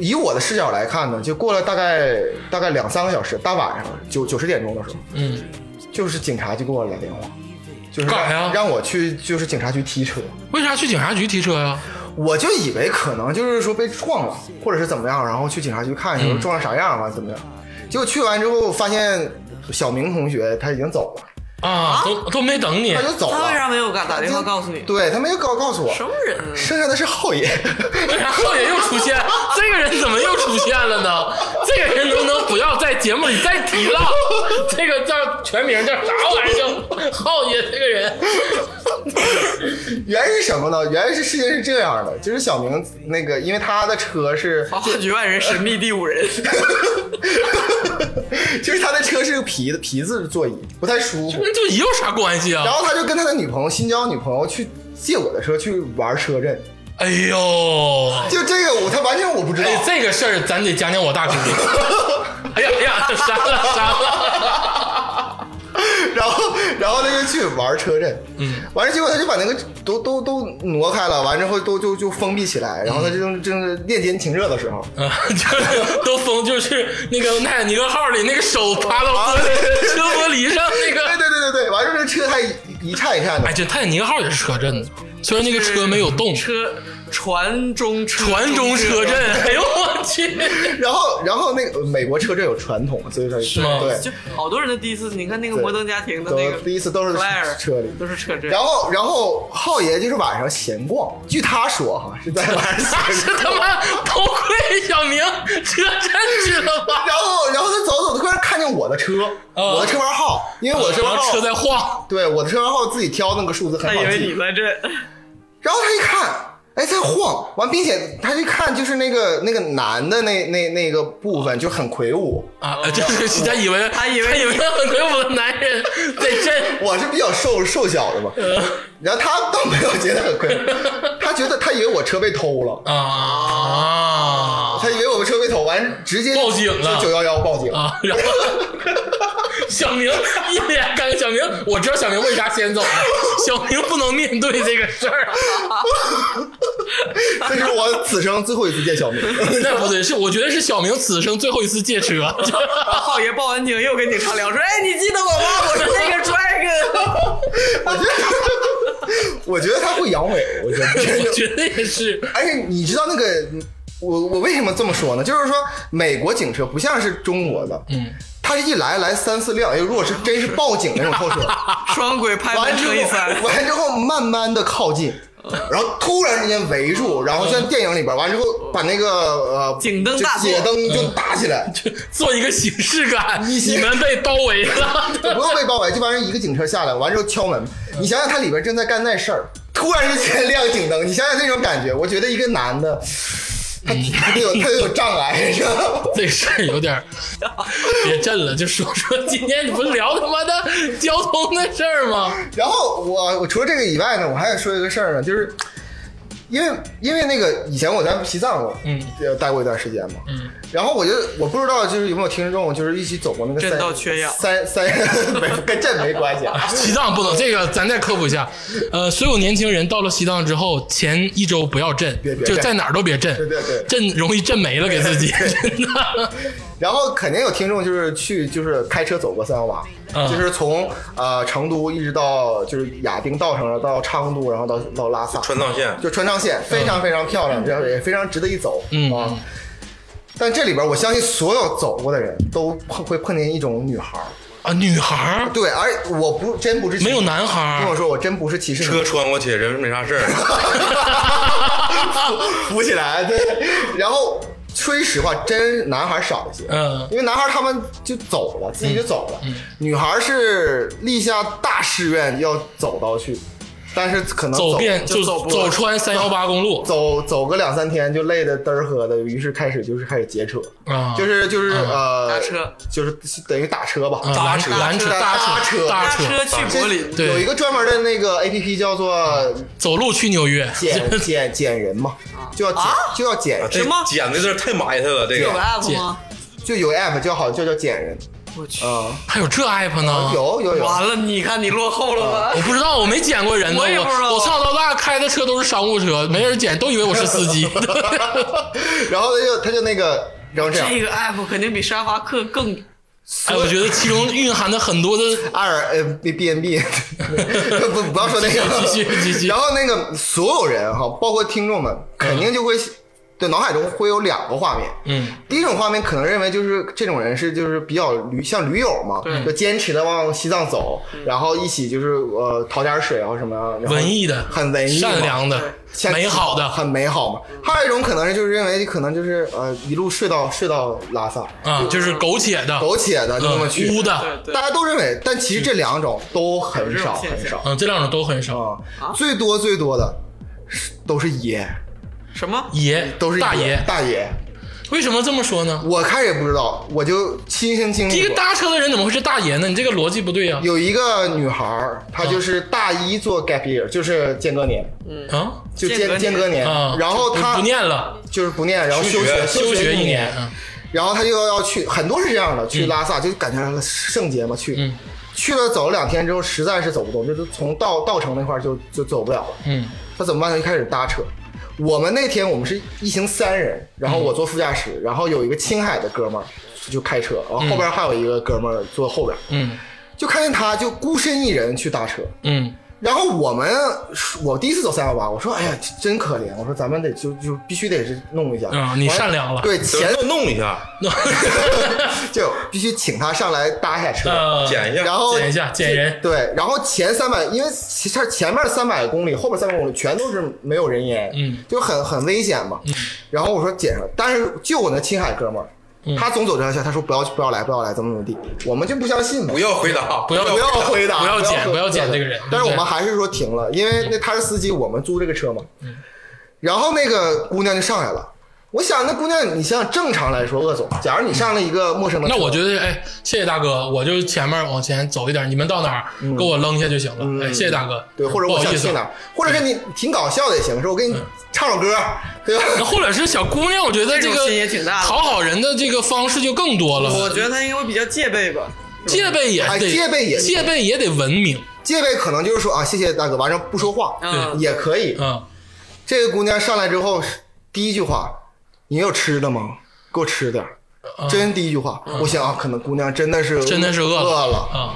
Speaker 6: 以我的视角来看呢，就过了大概大概两三个小时，大晚上九九十点钟的时候，
Speaker 3: 嗯，
Speaker 6: 就是警察就给我来电话，就是
Speaker 3: 干啥
Speaker 6: 让
Speaker 3: 呀
Speaker 6: 让我去就是警察局提车，
Speaker 3: 为啥去警察局提车呀？
Speaker 6: 我就以为可能就是说被撞了，或者是怎么样，然后去警察局看一下
Speaker 3: 嗯
Speaker 6: 撞成啥样了，怎么样。结果去完之后，发现小明同学他已经走了。
Speaker 3: 啊，都都没等你
Speaker 6: 他，就走
Speaker 4: 他为啥
Speaker 6: 了。
Speaker 4: 没有敢打电话告诉你？
Speaker 6: 对他没有告告诉我，
Speaker 4: 什么人啊？
Speaker 6: 剩下的是后爷。
Speaker 3: 为啥浩爷又出现？ 这个人怎么又出现了呢？这个人能不能不要在节目里再提了？ 这个叫全名叫啥玩意儿？叫浩爷这个人。
Speaker 6: 原是什么呢？原是事情是这样的，就是小明那个，因为他的车是
Speaker 4: 啊，局外人神秘第五 人，
Speaker 6: 就是他的车是个皮的皮子座椅，不太舒服。
Speaker 3: 那就有啥关系
Speaker 6: 然
Speaker 3: 啊？
Speaker 6: 后他就跟他的女朋友新交女朋友去借我的车去玩车震，
Speaker 3: 哎呦，
Speaker 6: 就这个我他完全我不知道。
Speaker 3: 哎，这个事儿咱得讲讲我大哥。 哎呀哎呀，这删了删了。
Speaker 6: 然后然后他就去玩车震，嗯，完了结果他就把那个都都都挪开了，完之后都就就封闭起来，然后他就正正是练肩情热的时候，
Speaker 3: 啊，就是都封，就是那个奈尼克号里那个手趴到玻璃车玻璃上那
Speaker 6: 对
Speaker 3: 个。
Speaker 6: 对对对对，完了这车还一一颤一颤的
Speaker 3: 哎，，这泰坦尼克号也是车震的，虽然那个车没有动。
Speaker 4: 车船中车
Speaker 3: 船中车震，哎呦我去！
Speaker 6: 然后然后那个呃美国车震有传统，所以说是
Speaker 3: 吗
Speaker 6: 对，
Speaker 4: 就好多人的第一次，你看那个
Speaker 6: 对
Speaker 4: 摩登家庭的
Speaker 6: 都
Speaker 4: 那个
Speaker 6: 第一次都是
Speaker 4: Claire
Speaker 6: 车里
Speaker 4: 都是车震
Speaker 6: 然，后，然后浩爷就是晚上闲逛，据他说哈是在晚上
Speaker 3: 那
Speaker 6: 闲
Speaker 3: 是
Speaker 6: 逛。
Speaker 3: 他妈头盔小明车震去了吧？
Speaker 6: 然后，然后他走走，突然看见我的车，
Speaker 4: 哦
Speaker 3: 啊
Speaker 6: 我的车牌号，因为我的车牌
Speaker 3: 然后
Speaker 6: 号，
Speaker 3: 车在晃，
Speaker 6: 对我的车牌号自己挑那个数字很
Speaker 4: 他以
Speaker 6: 好
Speaker 4: 为
Speaker 6: 记
Speaker 4: 你。在震，
Speaker 6: 然后他一看，哎，在晃，完，并且他一看就是那个那个男的那那那个部分就很魁梧，
Speaker 3: 啊，就是他以为
Speaker 4: 他以为
Speaker 3: 他以为很魁梧的男人在震，
Speaker 6: 我是比较瘦瘦小的嘛，
Speaker 3: 嗯
Speaker 6: 然后他倒没有觉得很魁梧，他觉得他以为我车被偷了。
Speaker 3: 啊
Speaker 6: 他以为我们车被偷，完直接
Speaker 3: 报警了
Speaker 6: 九幺幺报警
Speaker 3: 啊！然 后小明一脸尴尬，小明我知道小明为啥先 走了，小明不能面对这个事儿，啊
Speaker 6: 这是我此生最后一次 见小明。
Speaker 3: 那不对，是啊我觉得是小明此生最后一次借车，
Speaker 4: 然后浩爷报完警又跟警察聊 说，哎，你记得我吗？我是那个 dragon，
Speaker 6: 我觉得，我觉得他会阳痿，我觉
Speaker 3: 我
Speaker 6: 得。
Speaker 3: 觉得也是。
Speaker 6: 而且你知道那个，我我为什么这么说呢？就是说美国警车不像是中国的，嗯，他一来来三四辆，哎，如果是真是报警那种扣车，
Speaker 4: 双轨拍
Speaker 6: 完
Speaker 4: 门
Speaker 6: 之
Speaker 4: 乘以三
Speaker 6: 后，。完之后慢慢的靠近。然后突然之间围住，然后像电影里边，完之后把那个呃
Speaker 4: 警灯大
Speaker 6: 就解
Speaker 4: 作嗯
Speaker 6: 灯就打起来，
Speaker 3: 做一个形式感，你们被包围了。
Speaker 6: 不用被包围，这帮人一个警车下来，完之后敲门。你想想，他里边正在干那事儿，突然之间 亮警灯，你想想那种感觉。我觉得一个男的，他他得有他得有障碍，知道吗？
Speaker 3: 这事儿有 点儿别震了，就说说今天你不是聊他妈的交通的事儿吗？
Speaker 6: 然后我我除了这个以外呢，我还想说一个事儿呢，就是因为因为那个以前我在西藏我
Speaker 3: 嗯
Speaker 6: 呃待过一段时间嘛，
Speaker 3: 嗯，
Speaker 6: 然后我就我不知道就是有没有听众就是一起走过那个
Speaker 4: 震
Speaker 6: 三
Speaker 4: 到缺氧
Speaker 6: 三三 没跟这没关 系啊，
Speaker 3: 西藏不能，这个咱再科普一下。呃，所有年轻人到了西藏之后，前一周不要震
Speaker 6: 别，别
Speaker 3: 就
Speaker 6: 震
Speaker 3: 在哪儿都别震
Speaker 6: 对对对，
Speaker 3: 震容易震没了给自己。真的，
Speaker 6: 然后肯定有听众就是去就是开车走过三幺八，
Speaker 3: 嗯
Speaker 6: 就是从呃成都一直到就是亚丁道上到昌都，然后到到拉萨，
Speaker 5: 川藏线
Speaker 6: 就川藏线非常非常漂亮，然后也非常值得一走
Speaker 3: 嗯
Speaker 6: 啊。但这里边，我相信所有走过的人都碰会碰见一种女孩儿，
Speaker 3: 啊，女孩儿
Speaker 6: 对，而我不真不是歧视
Speaker 3: 没有男孩
Speaker 6: 跟我
Speaker 3: 儿，
Speaker 6: 说我真不是歧视你
Speaker 5: 车穿过去，人没啥事儿。
Speaker 6: 扶起来，对，然后。说句实话，真男孩少一些，
Speaker 3: 嗯
Speaker 6: 因为男孩他们就走了，自己就走了。女孩是立下大誓愿要走到去，但是可能
Speaker 3: 走遍
Speaker 6: 就
Speaker 3: 走
Speaker 6: 走不了
Speaker 3: 穿三幺八公路
Speaker 6: 走走个两三天就累得嘚儿喝的，于是开始就是开始劫车，
Speaker 3: 啊，
Speaker 6: 就是就是呃
Speaker 4: 搭车，
Speaker 6: 就是等于打车吧，
Speaker 3: 啊拦车拦车
Speaker 6: 搭
Speaker 3: 搭车
Speaker 6: 车
Speaker 3: 搭
Speaker 4: 搭车去柏林，
Speaker 3: 对啊
Speaker 6: 有一个专门的那个 A P P 叫做
Speaker 3: 走路去纽约，
Speaker 6: 捡捡捡人嘛，就要捡
Speaker 4: 啊
Speaker 6: 就要捡人，
Speaker 5: 这
Speaker 4: 什么
Speaker 5: 剪的字儿太埋汰了，这
Speaker 4: 有
Speaker 5: 个
Speaker 4: 个 app
Speaker 3: 姐
Speaker 4: 吗？
Speaker 6: 就有 app 叫好叫叫捡人
Speaker 4: 我去，
Speaker 6: 啊，
Speaker 3: 还有这 app 呢？
Speaker 6: 有有有，
Speaker 4: 完了，你看你落后了
Speaker 6: 啊
Speaker 4: 吧？
Speaker 3: 我不知道，我没捡过人呢。
Speaker 4: 我也不知道
Speaker 3: 我从小到大开的车都是商务车，没人捡，都以为我是司 机。
Speaker 6: 然后他就他就那个，然后这样，
Speaker 4: 这个 app 肯定比沙发客更
Speaker 3: 哎，我觉得其中蕴含着很多的
Speaker 6: 二呃 B B N B，不不要说那
Speaker 3: 继续继续继
Speaker 6: 个，
Speaker 3: 续
Speaker 6: 然后那个所有人哈，包括听众们，肯定就会对脑海中会有两个画面。
Speaker 3: 嗯，
Speaker 6: 第一种画面可能认为就是这种人是就是比较驴像驴友嘛，就坚持的往西藏走，然后一起就是呃讨点水啊什么呀，然后
Speaker 3: 文艺的
Speaker 6: 很文艺嘛，
Speaker 3: 善良的、
Speaker 6: 像
Speaker 3: 美好的，
Speaker 6: 很美好嘛。还有一种可能是就是认为可能就是呃一路睡到睡到拉萨，
Speaker 3: 啊，就是苟且的、
Speaker 6: 苟且的就这么
Speaker 3: 嗯
Speaker 6: 去，
Speaker 3: 污的，
Speaker 6: 大家都认为，但其实这两种都很少
Speaker 4: 有这种现
Speaker 6: 很少
Speaker 3: 嗯，这两种都很少。
Speaker 6: 啊，最多最多的是都是爷，
Speaker 4: 什么？
Speaker 3: 爷
Speaker 6: 都是
Speaker 3: 大爷，
Speaker 6: 大爷。
Speaker 3: 为什么这么说呢？
Speaker 6: 我开始也不知道，我就亲身经
Speaker 3: 第一
Speaker 6: 历
Speaker 3: 个
Speaker 6: 过。
Speaker 3: 搭车的人怎么会是大爷呢？你这个逻辑不对呀！
Speaker 6: 有一个女孩儿，她
Speaker 3: 嗯
Speaker 6: 就是大一做 gap year，就是间隔年，
Speaker 3: 啊
Speaker 6: 就
Speaker 4: 嗯
Speaker 6: 间
Speaker 4: 间
Speaker 6: 间
Speaker 4: 隔
Speaker 6: 隔年
Speaker 3: 啊，，
Speaker 6: 然后
Speaker 3: 就
Speaker 6: 她
Speaker 3: 不念了，
Speaker 6: 就是不念，然后休学
Speaker 3: 休学
Speaker 6: 一
Speaker 3: 一年，嗯
Speaker 6: 然后他就要去，很多是这样的，去拉萨、就赶上圣节嘛，去、
Speaker 3: 嗯
Speaker 6: 去了走了两天之后，实在是走不动，就是从稻稻城那块儿就就走不了了。
Speaker 3: 嗯，
Speaker 6: 他怎么办呢？就开始搭车。我们那天我们是一行三人，然后我坐副驾驶，
Speaker 3: 嗯
Speaker 6: 然后有一个青海的哥们儿就开车，然后后边还有一个哥们儿坐后边，
Speaker 3: 嗯
Speaker 6: 就看见他就孤身一人去搭车。
Speaker 3: 嗯
Speaker 6: 然后我们，我第一次走三幺八，我说，哎呀，真可怜，我说咱们得就就必须得是弄一下。
Speaker 3: 啊，你
Speaker 6: 完
Speaker 3: 善良了，
Speaker 6: 对前
Speaker 5: 弄弄一下，
Speaker 6: 就必须请他上来搭一下车，
Speaker 3: 呃，
Speaker 5: 剪一下，
Speaker 6: 然后
Speaker 3: 捡一下，捡人，
Speaker 6: 对，然后前三百，因为其实前面三百公里，后面三百公里全都是没有人烟，
Speaker 3: 嗯，
Speaker 6: 就很很危险嘛。然后我说捡上，但是就我那青海哥们儿，
Speaker 3: 嗯
Speaker 6: 他总走这条线，他说不要不要来不要来，怎么怎么地，我们就不相信嘛
Speaker 5: 不。要回答，
Speaker 3: 不要
Speaker 6: 不要回答，
Speaker 3: 不要捡
Speaker 6: 回
Speaker 3: 不要捡
Speaker 6: 对
Speaker 3: 这个人嗯
Speaker 6: 但是我
Speaker 3: 对
Speaker 6: 们还是说停了，因为那他是司机，我们租这个车嘛。
Speaker 3: 嗯
Speaker 6: 然后那个姑娘就上来了，我想那姑娘，你想想正常来说，鄂总，假如你上了一个陌生的车，
Speaker 3: 那我觉得，哎，谢谢大哥，我就前面往前走一点，你们到哪儿给我扔下就行了。哎，谢谢大哥。
Speaker 6: 嗯对，或者
Speaker 3: 不
Speaker 6: 我
Speaker 3: 好
Speaker 6: 想
Speaker 3: 意思啊嗯
Speaker 6: 去哪，儿，或者是你挺搞笑的也行，说我给你唱首歌，对吧？
Speaker 3: 那或者是小姑娘，我觉得这
Speaker 4: 这种
Speaker 3: 个
Speaker 4: 心也挺大的
Speaker 3: 讨好人的这个方式就更多
Speaker 4: 我
Speaker 3: 了。
Speaker 4: 觉得他应该会比较戒备吧。
Speaker 3: 戒备也
Speaker 6: 哎
Speaker 3: 得，
Speaker 6: 戒备也
Speaker 3: 戒备也得文明。
Speaker 6: 戒备可能就是说啊，谢谢大哥，完了不说话，
Speaker 4: 嗯
Speaker 6: 也可以。
Speaker 3: 嗯，
Speaker 6: 这个姑娘上来之后，第一句话，你有吃的吗？给我吃点儿。真第一句话，我想啊，可能姑娘真的是
Speaker 3: 嗯真的是饿
Speaker 6: 饿了，
Speaker 3: 啊！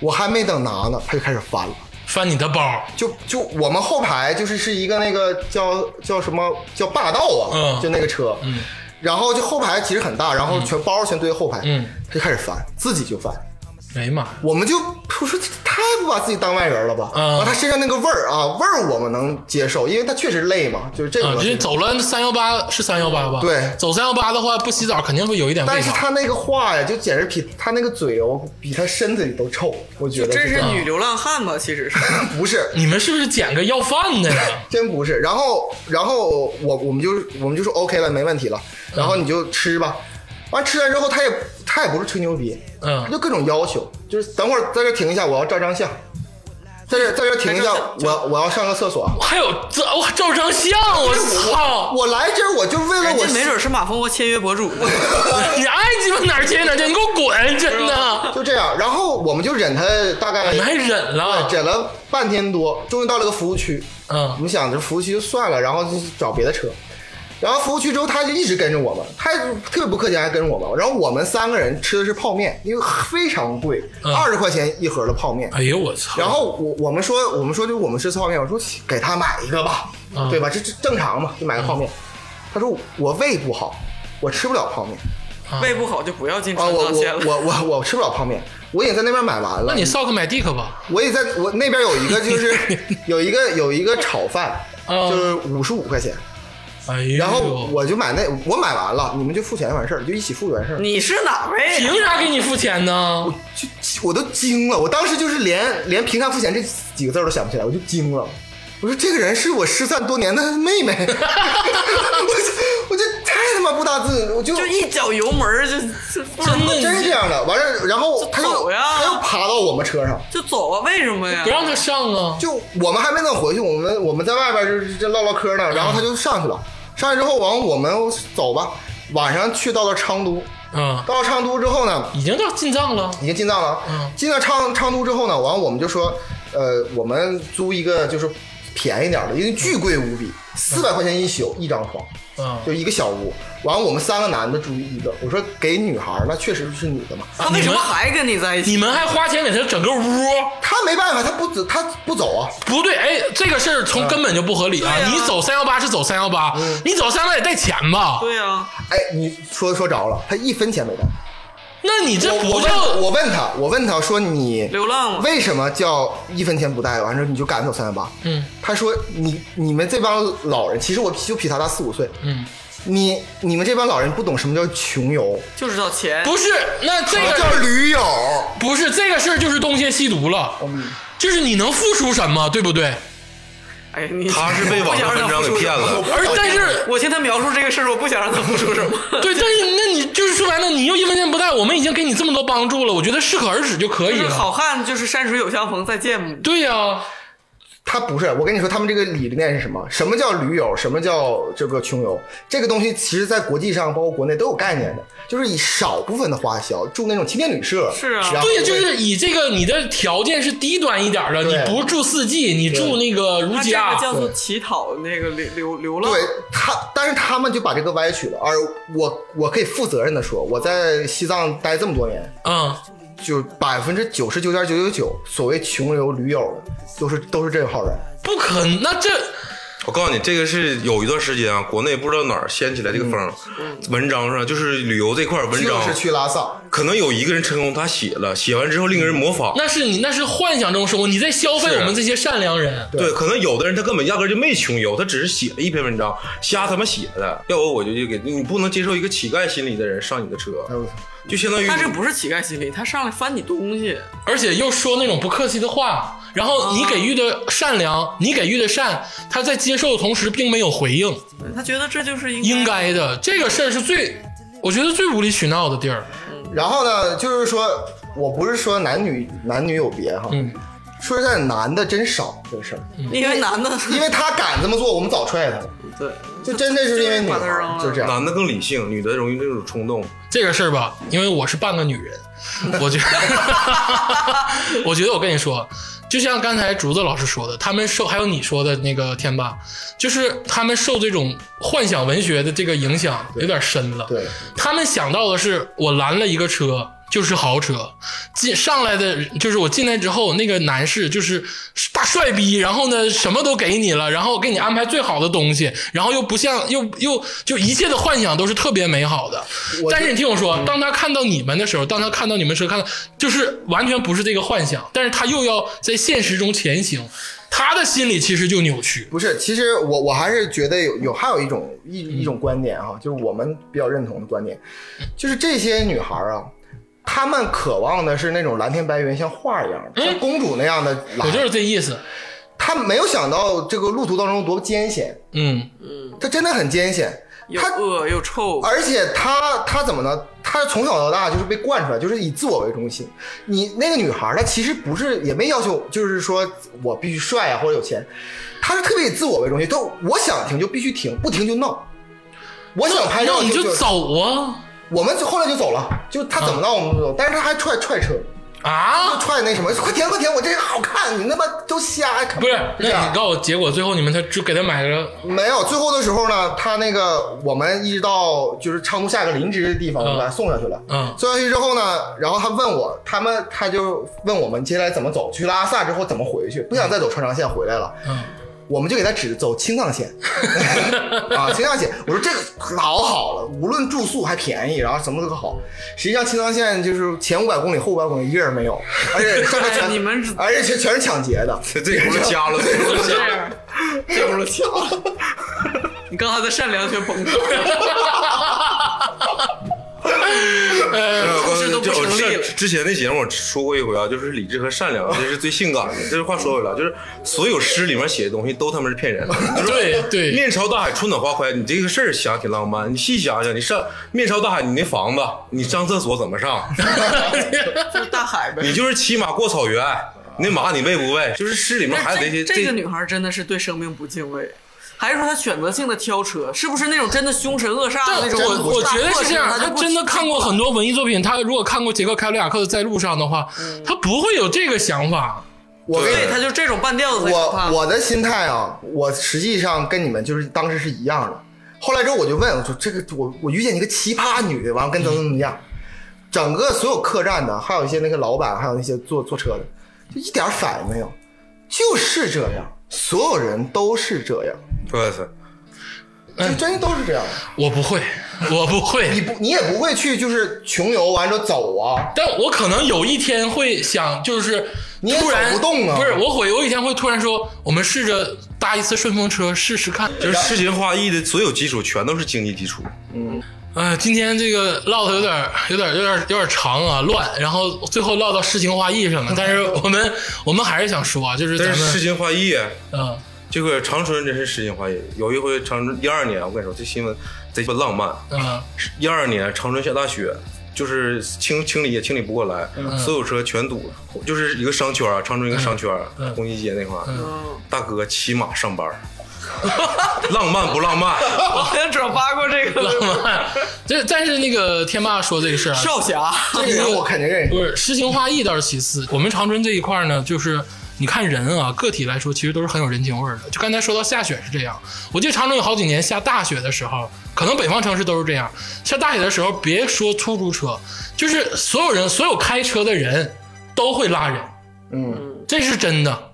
Speaker 6: 我还没等拿呢，她就开始翻了。
Speaker 3: 翻你的包，
Speaker 6: 就就我们后排就是是一个那个叫叫什么叫霸道啊，
Speaker 3: 嗯
Speaker 6: 就那个车，嗯，然后就后排其实很大，然后全包全堆后排，
Speaker 3: 嗯，
Speaker 6: 他就开始翻，自己就翻，
Speaker 3: 哎呀妈呀！
Speaker 6: 我们就我说这太不把自己当外人了吧，
Speaker 3: 嗯
Speaker 6: 然后他身上那个味儿啊，味儿我们能接受，因为他确实累嘛，就是这个
Speaker 3: 啊，
Speaker 6: 我
Speaker 3: 这
Speaker 6: 接受，
Speaker 3: 走了三幺八是三幺八吧？
Speaker 6: 对
Speaker 3: 走三幺八的话，不洗澡肯定会有一点味
Speaker 6: 但是
Speaker 3: 道。
Speaker 6: 他那个话呀，就简直比他那个嘴哦，比他身子里都臭，我觉得
Speaker 4: 真
Speaker 6: 这
Speaker 4: 是女流浪汉吧？其实 是，
Speaker 6: 不是，
Speaker 3: 你们是不是捡个要饭的呀？
Speaker 6: 真不是。然后，然后我我们就我们就说 OK 了，没问题了。然后你就吃吧。完、吃完之后，他也他也不是吹牛逼，
Speaker 3: 嗯
Speaker 6: 他就各种要求，就是等会儿在这停一下，我要照张相，在这在这停一下
Speaker 4: 还照，相
Speaker 6: 我我要上个厕所。
Speaker 3: 还有这哇，照张相，我操！
Speaker 6: 我来这儿我就为了
Speaker 4: 人
Speaker 6: 我
Speaker 4: 家没准是马蜂窝签约博 主。
Speaker 3: 你爱鸡巴哪儿接哪儿接，你给我滚！真的，
Speaker 6: 就这样，然后我们就忍他大概
Speaker 3: 你们还忍了？
Speaker 6: 忍了半天多，终于到了个服务区。我
Speaker 3: 啊嗯
Speaker 6: 们想着服务区就算了，然后就找别的车。然后服务区之后，他就一直跟着我们，他也特别不客气，还跟着我们。然后我们三个人吃的是泡面，因为非常贵，
Speaker 3: 嗯
Speaker 6: 二十、块钱一盒的泡面。
Speaker 3: 哎呦我操！
Speaker 6: 然后我我们说我们说就我们吃泡面，我说给他买一个吧，
Speaker 3: 嗯
Speaker 6: 对吧？这这正常嘛，就买个泡面。他说我胃不好，我吃不了泡面
Speaker 4: 胃不好就不要进
Speaker 6: 啊，
Speaker 4: 川
Speaker 6: 我
Speaker 4: 藏线
Speaker 6: 我
Speaker 4: 了。
Speaker 6: 我我我吃不了泡面，我已经在那边买完了。
Speaker 3: 那你少个买 dick 吧，
Speaker 6: 我也在我那边有一个就是 有一个有一个炒饭，
Speaker 4: 啊
Speaker 3: 嗯
Speaker 6: 就是五十五块钱。
Speaker 3: 哎呦，
Speaker 6: 然后我就买那，我买完了，你们就付钱完事儿，就一起付就完事儿。
Speaker 4: 你是哪位？啊
Speaker 3: 凭啥给你付钱呢？
Speaker 6: 就我都惊了，我当时就是连连平常付钱这几个字儿都想不起来，我就惊了。我说这个人是我失散多年的妹妹， 我就我就太他妈不大字，我就
Speaker 4: 就一脚油门儿就就
Speaker 3: 真的
Speaker 6: 真是这样的。完事儿，然后他
Speaker 4: 走
Speaker 6: 又
Speaker 4: 呀
Speaker 6: 他又爬到我们车上，
Speaker 4: 就走啊？为什么呀
Speaker 3: 不？让他上啊！
Speaker 6: 就我们还没能回去，我们我们在外边就是这唠唠嗑
Speaker 3: 啊
Speaker 6: 呢，然后他就上去了。上去之后，完我们走吧，晚上去到了昌都。
Speaker 3: 嗯，
Speaker 6: 到了昌都之后呢，
Speaker 3: 已经到进藏了，
Speaker 6: 已经进藏了。
Speaker 3: 嗯
Speaker 6: 进到昌昌都之后呢，完了我们就说，呃，我们租一个就是便宜点的，因为巨贵无比，四百块钱一宿一张床，
Speaker 3: 嗯
Speaker 6: 就一个小屋。完了我们三个男的住一个，我说给女孩儿那确实是女的嘛，
Speaker 4: 他为什么还跟你在一
Speaker 3: 你
Speaker 4: 起？
Speaker 3: 们还花钱给他整个屋？
Speaker 6: 她没办法，她不走，她不走啊，
Speaker 3: 不对，哎，这个事儿从根本就不合理啊！
Speaker 4: 对啊
Speaker 3: 你走三幺八是走三幺八，你走三幺八也带钱吧？
Speaker 4: 对啊呀，
Speaker 6: 哎，你说说着了，她一分钱没带。
Speaker 3: 那你这
Speaker 6: 我我
Speaker 3: 不
Speaker 6: 问
Speaker 3: 叫
Speaker 6: 我问他，我问他说你
Speaker 4: 流浪了。
Speaker 6: 为什么叫一分钱不带？完之后你就赶走三幺八。
Speaker 3: 嗯，
Speaker 6: 他说你你们这帮老人，其实我就比他大四五岁。
Speaker 3: 嗯，
Speaker 6: 你你们这帮老人不懂什么叫穷游，
Speaker 4: 就知道钱，
Speaker 3: 不是？那这
Speaker 6: 什么
Speaker 3: 个
Speaker 6: 叫驴友？
Speaker 3: 不是这个事儿，就是东邪西毒了，就是你能付出什么，对不对？
Speaker 4: 哎，你
Speaker 5: 他是被网上文章给骗了。
Speaker 3: 而但是。
Speaker 4: 我听他描述这个事儿，我不想让他付出什么。
Speaker 3: 对，但是那你就是说白了，你又一分钱不带，我们已经给你这么多帮助了，我觉得适可而止就可以
Speaker 4: 就是
Speaker 3: 了。
Speaker 4: 好汉就是山水有相逢，再见母。
Speaker 3: 对呀、
Speaker 6: 他不是，我跟你说，他们这个理念是什么？什么叫驴友？什么叫这个穷游？这个东西其实在国际上，包括国内都有概念的，就是以少部分的花销住那种青年旅社。
Speaker 4: 是啊
Speaker 6: 然后
Speaker 3: 对呀，就是以这个你的条件是低端一点的，你
Speaker 6: 对
Speaker 3: 不住四季，你住那个如
Speaker 4: 他这
Speaker 3: 家
Speaker 4: 个，叫做乞讨，那个流流流浪。
Speaker 6: 对他，但是他们就把这个歪曲了。而我，我可以负责任的说，我在西藏待这么多年，
Speaker 3: 嗯，
Speaker 6: 就百分之九十九点九九九，所谓穷游驴友的，就是都是这号人。
Speaker 3: 不可能，那这
Speaker 5: 我告诉你，这个是有一段时间啊，国内不知道哪儿掀起来这
Speaker 3: 嗯
Speaker 5: 个风，文章上就是旅游这块儿文
Speaker 6: 就
Speaker 5: 章，
Speaker 6: 是去拉萨，
Speaker 5: 可能有一个人成功，他写了，写完之后另一个人模仿。
Speaker 3: 那是你那是幻想中生活，你在消费
Speaker 5: 是
Speaker 3: 我们这些善良人。
Speaker 5: 对，可能有的人他根本压根儿就没穷游，他只是写了一篇文章，瞎他妈写的。要不我就就给你不能接受一个乞丐心理的人上你的车，
Speaker 6: 哎我操，
Speaker 5: 就相当于
Speaker 4: 他这不是乞丐心理，他上来翻你东西，
Speaker 3: 而且又说那种不客气的话，然后你给予的善良，你给予的善，他在接受的同时并没有回应，
Speaker 4: 他觉得这就是
Speaker 3: 应
Speaker 4: 应该。
Speaker 3: 该的，这个事儿是最，我觉得最无理取闹的地儿。
Speaker 6: 然后呢，就是说我不是说男女男女有别哈，
Speaker 3: 嗯
Speaker 6: 说实在，男的真少这个 事儿，
Speaker 4: 因为男的，
Speaker 6: 因为他敢这么做，我们早踹他了，
Speaker 4: 对，
Speaker 6: 就真的是因为女
Speaker 4: 把他扔
Speaker 6: 孩
Speaker 4: 了
Speaker 6: 就这样。
Speaker 5: 男的更理性，女的容易这种 冲动。
Speaker 3: 这个事儿吧，因为我是半个女人，我觉得，我觉得我跟你说，就像刚才竹子老师说的，他们受还有你说的那个天霸，就是他们受这种幻想文学的这个影响有点深了。
Speaker 6: 对，
Speaker 3: 他们想到的是我拦了一个车。就是豪车，进上来的就是我进来之后，那个男士就是大帅逼，然后呢什么都给你了，然后给你安排最好的东西，然后又不像又又就一切的幻想都是特别美好的。
Speaker 6: 我
Speaker 3: 但是你听我说，当他看到你们的时候，当他看到你们时候，看到就是完全不是这个幻想，但是他又要在现实中前行，他的心理其实就扭曲。
Speaker 6: 不是，其实我我还是觉得有有还有一种一一种观点哈、就是我们比较认同的观点，就是这些女孩啊，她们渴望的是那种蓝天白云，像画一样的，像公主那样的
Speaker 3: 我就
Speaker 6: 蓝。
Speaker 3: 是这意思，
Speaker 6: 她没有想到这个路途当中多艰险，
Speaker 3: 嗯，
Speaker 6: 她真的很艰险。
Speaker 4: 又
Speaker 6: 她
Speaker 4: 饿又臭，
Speaker 6: 而且她她怎么呢？她从小到大就是被惯出来，就是以自我为中心。你那个女孩儿，她其实不是也没要求，就是说我必须帅啊或者有钱，她是特别以自我为中心，都我想停就必须停，不停就闹。我想拍照
Speaker 3: 那你
Speaker 6: 就
Speaker 3: 就，走啊
Speaker 6: 我们就后来就走了，就她怎么闹我们就走，但是她还踹踹车，
Speaker 3: 啊！
Speaker 6: 踹那什么，快停快停，我这个好看，你他妈都瞎看
Speaker 3: 不是，
Speaker 6: 这
Speaker 3: 那
Speaker 6: 样
Speaker 3: 你告诉我结果，最后你们他就给他买了，
Speaker 6: 没有，最后的时候呢，他那个我们一直到就是昌都下一个林芝的地方，
Speaker 3: 嗯
Speaker 6: 我把他送下去了。
Speaker 3: 嗯
Speaker 6: 送下去之后呢，然后他问我，他们他就问我们接下来怎么走，去拉萨之后怎么回去，不想再走川藏线回来了。
Speaker 3: 嗯，
Speaker 6: 我们就给他指走青 藏线啊，青藏线。我说这个老好了，无论住宿还便宜，然后什么都好。实际上青藏线就是前五百公里后五百公里一个人没有，而且上 面
Speaker 4: 哎
Speaker 6: 全
Speaker 4: 你们是
Speaker 6: 而且全全是抢劫的，
Speaker 5: 这这轱辘掐 了，这 轱辘
Speaker 4: 这
Speaker 5: 掐了。
Speaker 4: 样，这不是笑。 你刚才的善良全崩 溃，
Speaker 5: 呃
Speaker 4: 故事都不成立了
Speaker 5: 之之前那节目我说过一回啊，就是理智和 善良，这是最性感的。这是话说回来，就是所有诗里面写的东西都他妈是骗 人的。
Speaker 3: 对对，
Speaker 5: 面朝大海，春暖花开。你这个事儿想挺浪漫，你细想想，你上面朝大海，你那房子，你上厕所怎么上？
Speaker 4: 就是大海呗。
Speaker 5: 你就是骑马过草
Speaker 3: 啊
Speaker 5: 原，你那马你喂不喂？就是诗里面还有
Speaker 4: 但
Speaker 5: 那些
Speaker 4: 这这个女孩真的是对生命不敬畏，还是说她选择性的挑车？是不是那种真的凶神恶煞的那种？
Speaker 3: 我我觉得是这样。
Speaker 4: 她
Speaker 3: 他真的看过很多嗯文艺作品，他如果看过杰克·凯鲁亚克的《在路上》的话，他不会有这个想法。
Speaker 6: 我跟
Speaker 4: 对，
Speaker 6: 你
Speaker 4: 他就这种半吊子才可怕
Speaker 6: 我。我的心态啊，我实际上跟你们就是当时是一样的。后来之后我就问我说：“这个我我遇见一个奇葩女，完了跟怎么怎么样。”整个所有客栈的，还有一些那个老板，还有那些坐坐车的，就一点反应没有，就是这样，所有人都是这样，
Speaker 5: 我操，
Speaker 6: 就真都是这样。
Speaker 3: 我不会，我不
Speaker 6: 你
Speaker 3: 会。
Speaker 6: 不你也不会去就是穷游完之后走啊，
Speaker 3: 但我可能有一天会想，就是
Speaker 6: 你也
Speaker 3: 突然
Speaker 6: 走不动啊
Speaker 3: 不是我会有一天会突然说，我们试着搭一次顺风车试试看。
Speaker 5: 就是诗情画意的所有基础全都是经济基础。
Speaker 3: 呃，今天这个唠的有点儿、有点儿、有点儿、有点儿长啊，乱，然后最后唠到诗情画意上了。但是我们我们还是想说啊，就是咱
Speaker 5: 但是诗
Speaker 3: 们
Speaker 5: 情画意，
Speaker 3: 嗯
Speaker 5: 这个长春真是诗情画意。有一回长春一二年，我跟你说这新闻贼他妈浪漫。
Speaker 3: 嗯
Speaker 5: 一二年长春下大雪，就是清清理也清理不过来，
Speaker 3: 嗯
Speaker 5: 所有车全堵了，就是一个商圈儿，啊长春一个商圈儿，
Speaker 3: 嗯
Speaker 5: 红旗街那块儿，
Speaker 4: 哦
Speaker 5: 大哥骑马上班儿， 浪漫不浪漫？
Speaker 4: 我好像转发过这个
Speaker 3: 浪漫。这但是那个天霸说这个事儿啊，
Speaker 4: 少侠，
Speaker 6: 这个人我肯定认识。
Speaker 3: 不是诗情画意倒是其次，我们长春这一块儿呢，就是你看人啊，个体来说其实都是很有人情味儿的。就刚才说到下雪是这样，我记得长春有好几年下大雪的时候，可能北方城市都是这样，下大雪的时候，别说出租车，就是所有人，所有开车的人都会拉人，嗯，这是真的，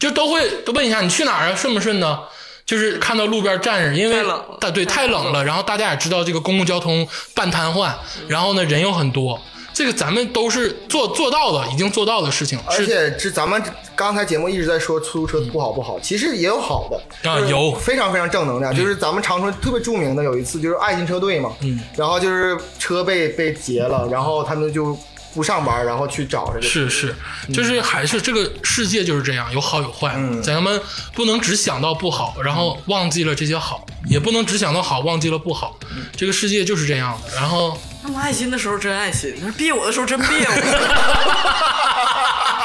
Speaker 3: 就都会都问一下你去哪儿啊，顺不顺呢？就是看到路边站着，因为
Speaker 4: 太冷了
Speaker 3: 大对太冷了，然后大家也知道这个公共交通半瘫痪，然后呢人又很多，这个咱们都是做做到的，已经做到的事情，
Speaker 6: 而
Speaker 3: 是
Speaker 6: 且这咱们刚才节目一直在说出租车不好不好，其实也有好的，
Speaker 3: 啊有
Speaker 6: 非常非常正能量，就是咱们长春特别著名的有一次就是爱心车队嘛，嗯，然后就是车被被劫了，然后他们就不上班，然后去找这个，
Speaker 3: 是是，就是还是这个世界就是这样，有好有坏，
Speaker 6: 嗯
Speaker 3: 咱们不能只想到不好，然后忘记了这些好，也不能只想到好忘记了不好，
Speaker 6: 嗯
Speaker 3: 这个世界就是这样的。然后
Speaker 4: 他们爱心的时候真爱心，他说憋我的时候真憋我。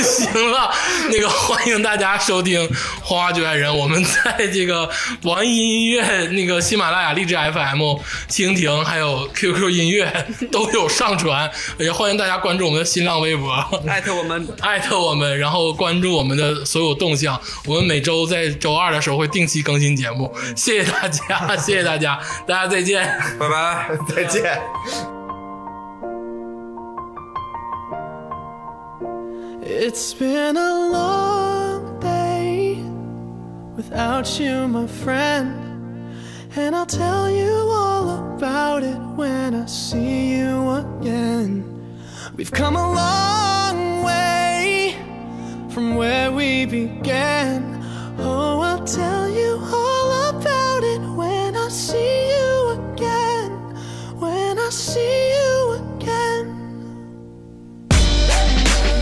Speaker 3: 行了，那个欢迎大家收听《花花局外人》，我们在这个网易音乐、那个喜马拉雅、荔枝 FM、蜻蜓还有 QQ 音 乐都有上传，也欢迎大家关注我们的新浪微博。
Speaker 4: 艾特我们，
Speaker 3: 艾特我们，然后关注我们的所有动向。我们每周在周二的时候会定期更新节目，谢谢大家，谢谢大家，大家再见。
Speaker 5: 拜拜。
Speaker 6: 再见。
Speaker 9: It's been a long day without you, my friend. And I'll tell you all about it when I see you again. We've come a long way from where we began. Oh, I'll tell you all about it when I see you again. When I see you again.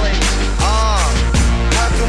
Speaker 10: place. Uh, how can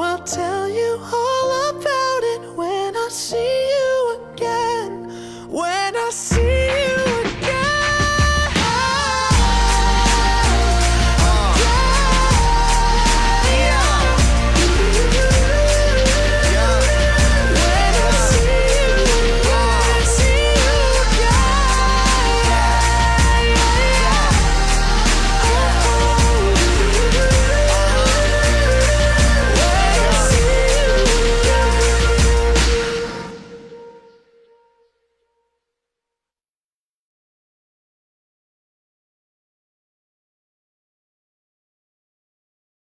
Speaker 9: I'll tell